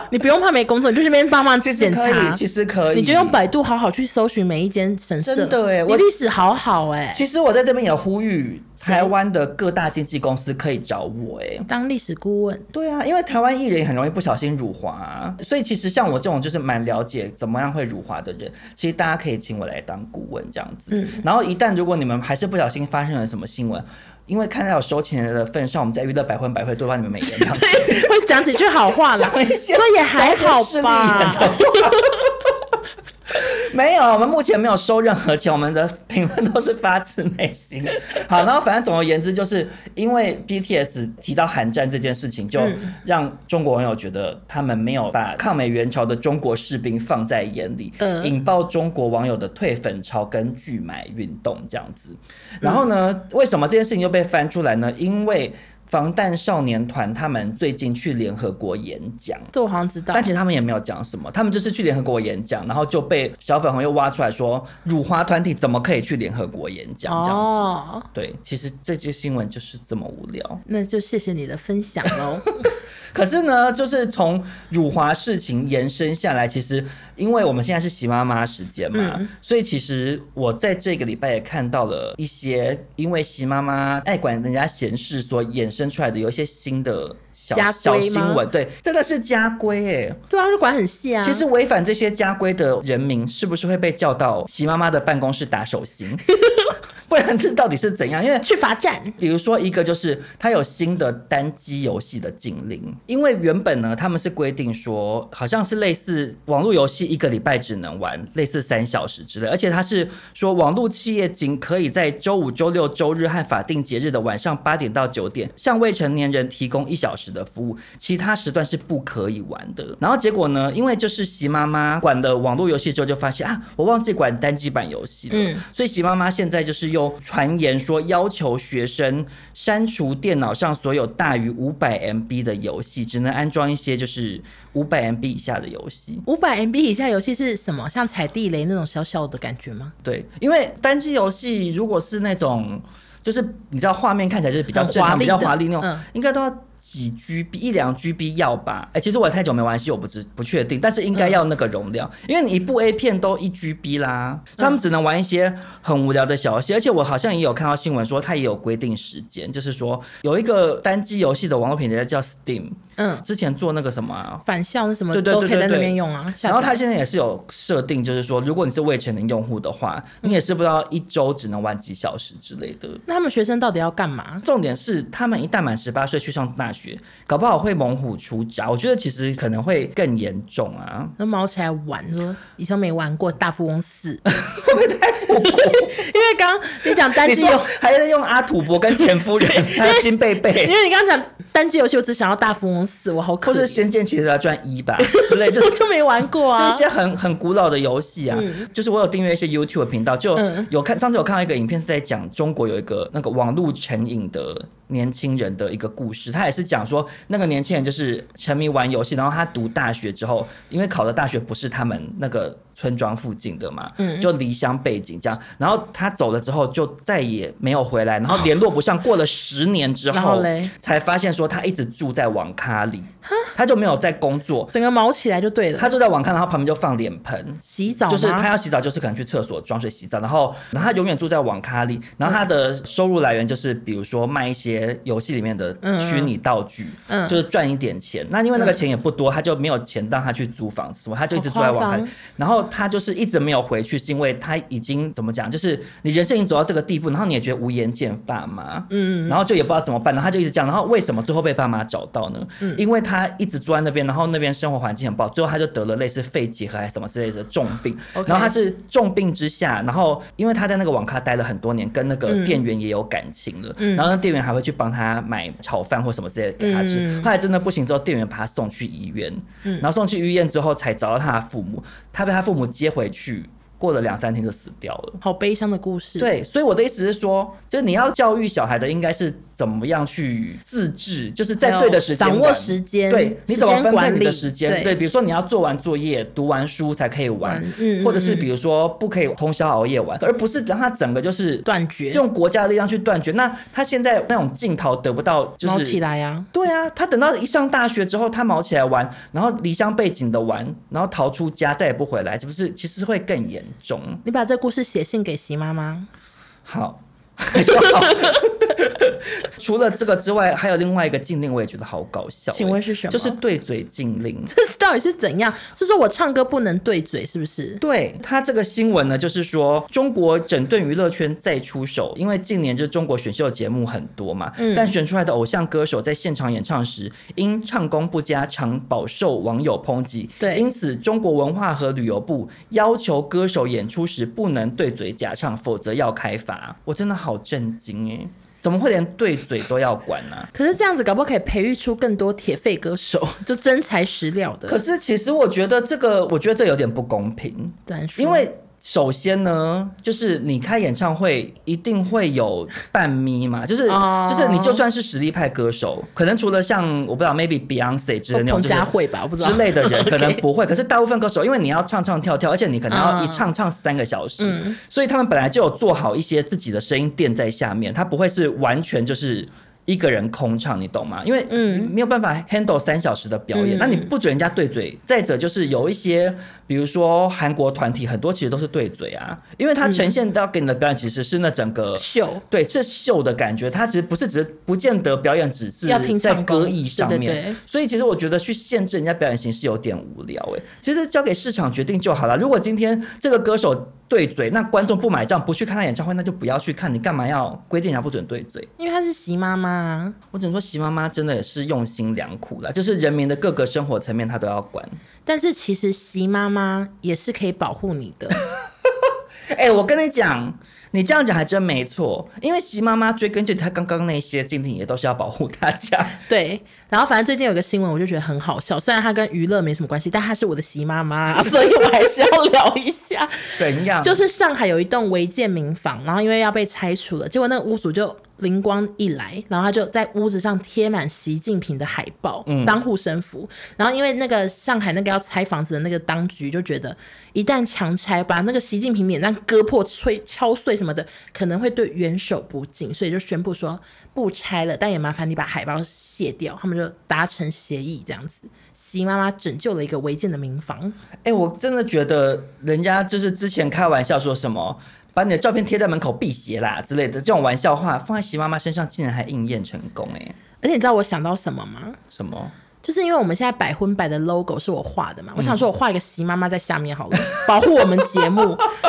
Speaker 1: 你不用怕没工作，你就这边帮忙
Speaker 2: 其实
Speaker 1: 检
Speaker 2: 可以
Speaker 1: 查，
Speaker 2: 其实可以，
Speaker 1: 你就用百度好好去搜寻每一间神社。
Speaker 2: 真的欸
Speaker 1: 你
Speaker 2: 我
Speaker 1: 历史好好哎、
Speaker 2: 其实我在这边也呼吁
Speaker 1: 谁
Speaker 2: 台湾的各大经纪公司可以找我、欸，
Speaker 1: 当历史顾问，
Speaker 2: 对啊，因为台湾艺人也很容易不小心辱华、啊所以其实像我这种就是蛮了解怎么样会辱华的人，其实大家可以请我来当顾问这样子。然后一旦如果你们还是不小心发生了什么新闻，因为看在有收钱的份上，我们在娱乐百分百会多帮你们每人一样。
Speaker 1: 会讲几句好话啦，
Speaker 2: 讲一些
Speaker 1: 所以也还好
Speaker 2: 讲一些势利眼的
Speaker 1: 吧。
Speaker 2: 没有，我们目前没有收任何钱，我们的评论都是发自内心。好，然后反正总而言之，就是因为 BTS 提到韩战这件事情，就让中国网友觉得他们没有把抗美援朝的中国士兵放在眼里，
Speaker 1: 嗯
Speaker 2: 引爆中国网友的退粉潮跟拒买运动这样子。然后呢，为什么这件事情又被翻出来呢？因为防弹少年团他们最近去联合国演讲。
Speaker 1: 这我好像知道
Speaker 2: 但。其实他们也没有讲什么，他们就是去联合国演讲，然后就被小粉红又挖出来说，辱华团体怎么可以去联合国演讲这样子？
Speaker 1: 哦，
Speaker 2: 对，其实这些新闻就是这么无聊。
Speaker 1: 那就谢谢你的分享喽。
Speaker 2: 可是呢，就是从辱华事情延伸下来，其实因为我们现在是习妈妈时间嘛，
Speaker 1: 嗯
Speaker 2: 所以其实我在这个礼拜也看到了一些因为习妈妈爱管人家闲事所衍生出来的有一些新的小
Speaker 1: 家规
Speaker 2: 小
Speaker 1: 吗
Speaker 2: 新闻，对，真的是家规哎、
Speaker 1: 对啊，就管很细啊。
Speaker 2: 其实违反这些家规的人民，是不是会被叫到习妈妈的办公室打手心？ 不然这到底是怎样？因为
Speaker 1: 去罚站，
Speaker 2: 比如说一个就是它有新的单机游戏的禁令，因为原本呢他们是规定说，好像是类似网络游戏一个礼拜只能玩类似三小时之类，而且它是说网络企业仅可以在周五、周六、周日和法定节日的晚上八点到九点向未成年人提供一小时的服务，其他时段是不可以玩的。然后结果呢，因为就是习妈妈管了网络游戏之后，就发现啊，我忘记管单机版游戏了，
Speaker 1: 嗯
Speaker 2: 所以习妈妈现在就是用传言说要求学生删除电脑上所有大于五百 MB 的游戏，只能安装一些就是五百 MB 以下的游戏。
Speaker 1: 五百 MB 以下游戏是什么？像踩地雷那种小小的感觉吗？
Speaker 2: 对，因为单机游戏如果是那种，就是你知道画面看起来就是比较
Speaker 1: 很
Speaker 2: 正
Speaker 1: 华
Speaker 2: 常、比较
Speaker 1: 丽的
Speaker 2: 华丽那种，
Speaker 1: 嗯
Speaker 2: 应该都要几 GB 一两 GB 要吧？哎、其实我也太久没玩游戏，我不知不确定，但是
Speaker 1: 嗯
Speaker 2: 应该要那个容量，因为你一部 A 片都一 GB
Speaker 1: 嗯
Speaker 2: 啦，所以他们只能玩一些很无聊的小游戏。而且我好像也有看到新闻说，它也有规定时间，就是说有一个单机游戏的网络平台叫 Steam，
Speaker 1: 嗯，
Speaker 2: 之前做那个什么、啊。
Speaker 1: 返校那什么
Speaker 2: 对对
Speaker 1: 都
Speaker 2: 对对
Speaker 1: 可以在那
Speaker 2: 对
Speaker 1: 边用啊。下
Speaker 2: 然后
Speaker 1: 载
Speaker 2: 它现在也是有设定，就是说，如果你是未成年用户的话，你也是不知道一周只能玩几小时之类的。
Speaker 1: 那他们学生到底要干嘛？
Speaker 2: 重点是，他们一旦满十八岁去上大学，搞不好会猛虎出闸。我觉得其实可能会更严重啊。
Speaker 1: 然后毛起来玩，说以前没玩过《大富翁四》，
Speaker 2: 会不会太复古？
Speaker 1: 因为刚刚你讲单
Speaker 2: 你
Speaker 1: 机
Speaker 2: 说
Speaker 1: 游，
Speaker 2: 还在用阿土伯跟前夫人，还有金贝
Speaker 1: 因
Speaker 2: 贝，
Speaker 1: 为你刚刚讲单机游戏，我只想要《大富翁四》，我好可
Speaker 2: 或是《
Speaker 1: 怜，
Speaker 2: 仙剑奇侠传一》吧之类，就是
Speaker 1: 我就没玩过
Speaker 2: 就
Speaker 1: 啊
Speaker 2: 一。些很很古老的游戏啊，就是我有订阅一些 YouTube 的频道，就
Speaker 1: 嗯
Speaker 2: 有看、上次有看到一个影片是在讲中国有一个那个网络成瘾的年轻人的一个故事，他也是讲说那个年轻人就是沉迷玩游戏，然后他读大学之后，因为考的大学不是他们那个村庄附近的嘛，
Speaker 1: 嗯
Speaker 2: 就离乡背景这样，然后他走了之后就再也没有回来，然后联络不上，过了十年之
Speaker 1: 哦然后
Speaker 2: 后
Speaker 1: 嘞
Speaker 2: 才发现说他一直住在网咖里，他就没有在工作。
Speaker 1: 整个毛起来就对了
Speaker 2: 他。住在网咖，然后旁边就放脸盆，
Speaker 1: 洗澡吗
Speaker 2: 就是他要洗澡，就是可能去厕所装水洗澡，然后然后他永远住在网咖里，然后他的收入来源就是比如说卖一些游戏里面的虚拟道具，
Speaker 1: 嗯嗯嗯
Speaker 2: 就是赚一点钱。那因为那个钱也不多，他就没有钱让他去租房子什么，他就一直住在网
Speaker 1: 好
Speaker 2: 咖
Speaker 1: 夸
Speaker 2: 里
Speaker 1: 张。
Speaker 2: 然后他就是一直没有回去，是因为他已经怎么讲，就是你人生已经走到这个地步，然后你也觉得无颜见爸妈，嗯，然后就也不知道怎么办，然后他就一直这样，然后为什么最后被爸妈找到呢？因为他一直住在那边，然后那边生活环境很不好，最后他就得了类似肺结核还是什么之类的重病，
Speaker 1: OK
Speaker 2: 然后他是重病之下，然后因为他在那个网咖待了很多年，跟那个店员也有感情了，然后那店员还会去帮他买炒饭或什么之类的给他吃，
Speaker 1: 嗯
Speaker 2: 后来真的不行之后，店员把他送去医院，然后送去医院之后才找到他的父母，他被他父母接回去。过了两三天就死掉了。
Speaker 1: 好悲伤的故事。，
Speaker 2: 对，所以我的意思是说，就是你要教育小孩的，应该是怎么样去自制，就是在对的时间
Speaker 1: 掌握
Speaker 2: 玩
Speaker 1: 时间
Speaker 2: 对，你怎么
Speaker 1: 时间
Speaker 2: 分配
Speaker 1: 管
Speaker 2: 你的
Speaker 1: 理
Speaker 2: 时间？
Speaker 1: 对
Speaker 2: 对，比如说你要做完作业、读完书才可以玩
Speaker 1: 玩，嗯
Speaker 2: 或者是
Speaker 1: 嗯嗯
Speaker 2: 比如说不可以通宵熬夜玩，而不是让他整个就是
Speaker 1: 断绝，
Speaker 2: 用国家的力量去断绝。那他现在那种镜头得不到，就
Speaker 1: 猫
Speaker 2: 是
Speaker 1: 起来呀、
Speaker 2: 对啊，他等到一上大学之后，他毛起来玩，然后离乡背井的玩，然后逃出家再也不回来，这不是其实会更严重。
Speaker 1: 你把这故事写信给席妈 妈，
Speaker 2: 好，说好。除了这个之外，还有另外一个禁令，我也觉得好搞笑欸、
Speaker 1: 请问是什么
Speaker 2: 就是对嘴禁令。
Speaker 1: 这是到底是怎样？是说我唱歌不能对嘴，是不是？
Speaker 2: 对他这个新闻呢，就是说中国整顿娱乐圈再出手，因为近年就是中国选秀节目很多嘛，
Speaker 1: 嗯
Speaker 2: 但选出来的偶像歌手在现场演唱时，因唱功不佳，常饱受网友抨击。
Speaker 1: 对
Speaker 2: 因此中国文化和旅游部要求歌手演出时不能对嘴假唱，否则要开罚。我真的好震惊哎、怎么会连对嘴都要管呢、
Speaker 1: 可是这样子，搞不好可以培育出更多铁肺歌手， 就真材实料的。
Speaker 2: 可是其实我觉得这个，我觉得这有点不公平。
Speaker 1: 短说
Speaker 2: 因为首先呢，就是你开演唱会一定会有半咪嘛， 就是、
Speaker 1: 哦
Speaker 2: 就是你就算是实力派歌手，可能除了像我不知道 maybe Beyonce 之类的那种
Speaker 1: 哦彭
Speaker 2: 就是
Speaker 1: 佳慧吧，我不知道
Speaker 2: 之类的 人
Speaker 1: OK
Speaker 2: 可能不会，可是大部分歌手，因为你要唱唱跳跳，而且你可能要
Speaker 1: 嗯
Speaker 2: 一唱唱三个小时，所以他们本来就有做好一些自己的声音垫在下面，他不会是完全就是。一个人空唱，你懂吗？因为
Speaker 1: 嗯
Speaker 2: 没有办法 handle 三小时的表演，
Speaker 1: 嗯
Speaker 2: 那你不准人家对嘴。再者就是有一些，比如说韩国团体，很多其实都是对嘴啊，因为它呈现到给你的表演其实是那整个
Speaker 1: 秀。
Speaker 2: 对，是秀的感觉，它其实不是只是不见得表演只是
Speaker 1: 要听
Speaker 2: 在
Speaker 1: 唱
Speaker 2: 歌
Speaker 1: 功
Speaker 2: 艺
Speaker 1: 对
Speaker 2: 上
Speaker 1: 对
Speaker 2: 面，
Speaker 1: 对
Speaker 2: 所以其实我觉得去限制人家表演形式有点无聊哎、其实交给市场决定就好了。如果今天这个歌手对嘴，那观众不买账不去看他演唱会，那就不要去看，你干嘛要规定人家不准对嘴？
Speaker 1: 因为她是席妈妈啊，
Speaker 2: 我只能说席妈妈真的也是用心良苦啦，就是人民的各个生活层面她都要管。
Speaker 1: 但是其实席妈妈也是可以保护你 的。
Speaker 2: 哎、我跟你讲。你这样讲还真没错，因为席妈妈追根究底，她刚刚那些禁令也都是要保护大家。
Speaker 1: 对，然后反正最近有个新闻，我就觉得很好笑。虽然它跟娱乐没什么关系，但她是我的席妈妈，所以我还是要聊一下。
Speaker 2: 怎样？
Speaker 1: 就是上海有一栋违建民房，然后因为要被拆除了，结果那个屋主就灵光一来，然后他就在屋子上贴满习近平的海报，当护身符。然后因为那个上海那个要拆房子的那个当局就觉得，一旦强拆，把那个习近平脸蛋割破、吹敲碎什么的，可能会对元首不敬，所以就宣布说不拆了，但也麻烦你把海报卸掉。他们就达成协议，这样子，习妈妈拯救了一个违建的民房。
Speaker 2: 哎、我真的觉得人家就是之前开玩笑说什么，把你的照片贴在门口辟邪啦之类的这种玩笑话，放在席妈妈身上竟然还应验成功哎、
Speaker 1: 而且你知道我想到什么吗？
Speaker 2: 什么？
Speaker 1: 就是因为我们现在百分百的 logo 是我画的嘛，我想说我画一个席妈妈在下面好了，保护我们节目，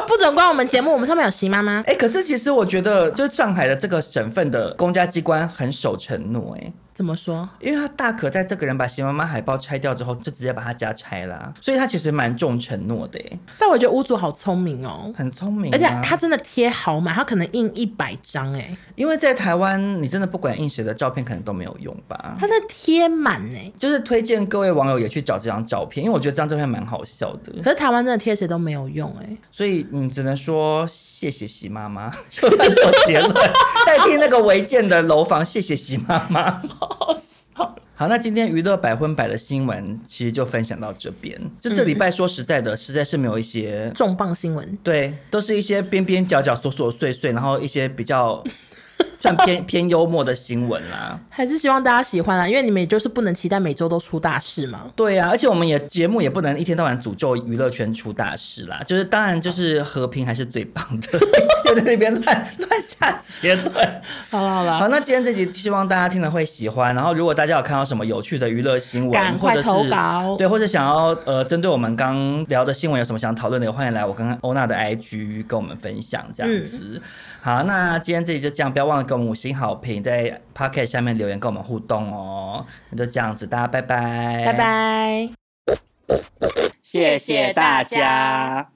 Speaker 1: 不准关我们节目，我们上面有席妈妈。
Speaker 2: 哎、可是其实我觉得，就是上海的这个省份的公家机关很守承诺哎、
Speaker 1: 怎么说？
Speaker 2: 因为他大可在这个人把席妈妈海报拆掉之后，就直接把他家拆啦，所以他其实蛮重承诺的哎、
Speaker 1: 但我觉得屋主好聪明哦，
Speaker 2: 很聪明、啊。
Speaker 1: 而且他真的贴好满，他可能印一百张哎，
Speaker 2: 因为在台湾，你真的不管印谁的照片，可能都没有用吧。
Speaker 1: 他真的贴满哎。
Speaker 2: 就是推荐各位网友也去找这张照片，因为我觉得这张照片蛮好笑的。
Speaker 1: 可是台湾真的贴谁都没有用哎，
Speaker 2: 所以你只能说谢谢席妈妈，又在做结论， 代替那个违建的楼房，谢谢席妈妈。好，那今天娱乐百分百的新闻其实就分享到这边。就这礼拜说实在的，实在是没有一些，
Speaker 1: 重磅新闻，
Speaker 2: 对，都是一些边边角角、琐琐碎碎，然后一些比较算偏 偏幽默的新闻啦。
Speaker 1: 还是希望大家喜欢啦，啊因为你们也就是不能期待每周都出大事嘛。
Speaker 2: 对呀、啊，而且我们也节目也不能一天到晚诅咒娱乐圈出大事啦，就是当然就是
Speaker 1: 啊
Speaker 2: 和平还是最棒的， 又在那边乱乱下结论。
Speaker 1: 好 了好
Speaker 2: 好，
Speaker 1: 了，
Speaker 2: 那今天这集希望大家听了会喜欢。然后，如果大家有看到什么有趣的娱乐新闻，
Speaker 1: 赶
Speaker 2: 或
Speaker 1: 快
Speaker 2: 者是
Speaker 1: 投稿
Speaker 2: 对，或者想要呃针对我们刚聊的新闻有什么想讨论的，也欢迎来我跟欧娜的 IG 跟我们分享这样
Speaker 1: 嗯
Speaker 2: 子。好，那今天这集就这样，不要忘了给我们五星好评，在 Pocket 下面留言跟我们互动哦。那就这样子，大家拜拜，
Speaker 1: 拜拜。
Speaker 2: 谢谢大家。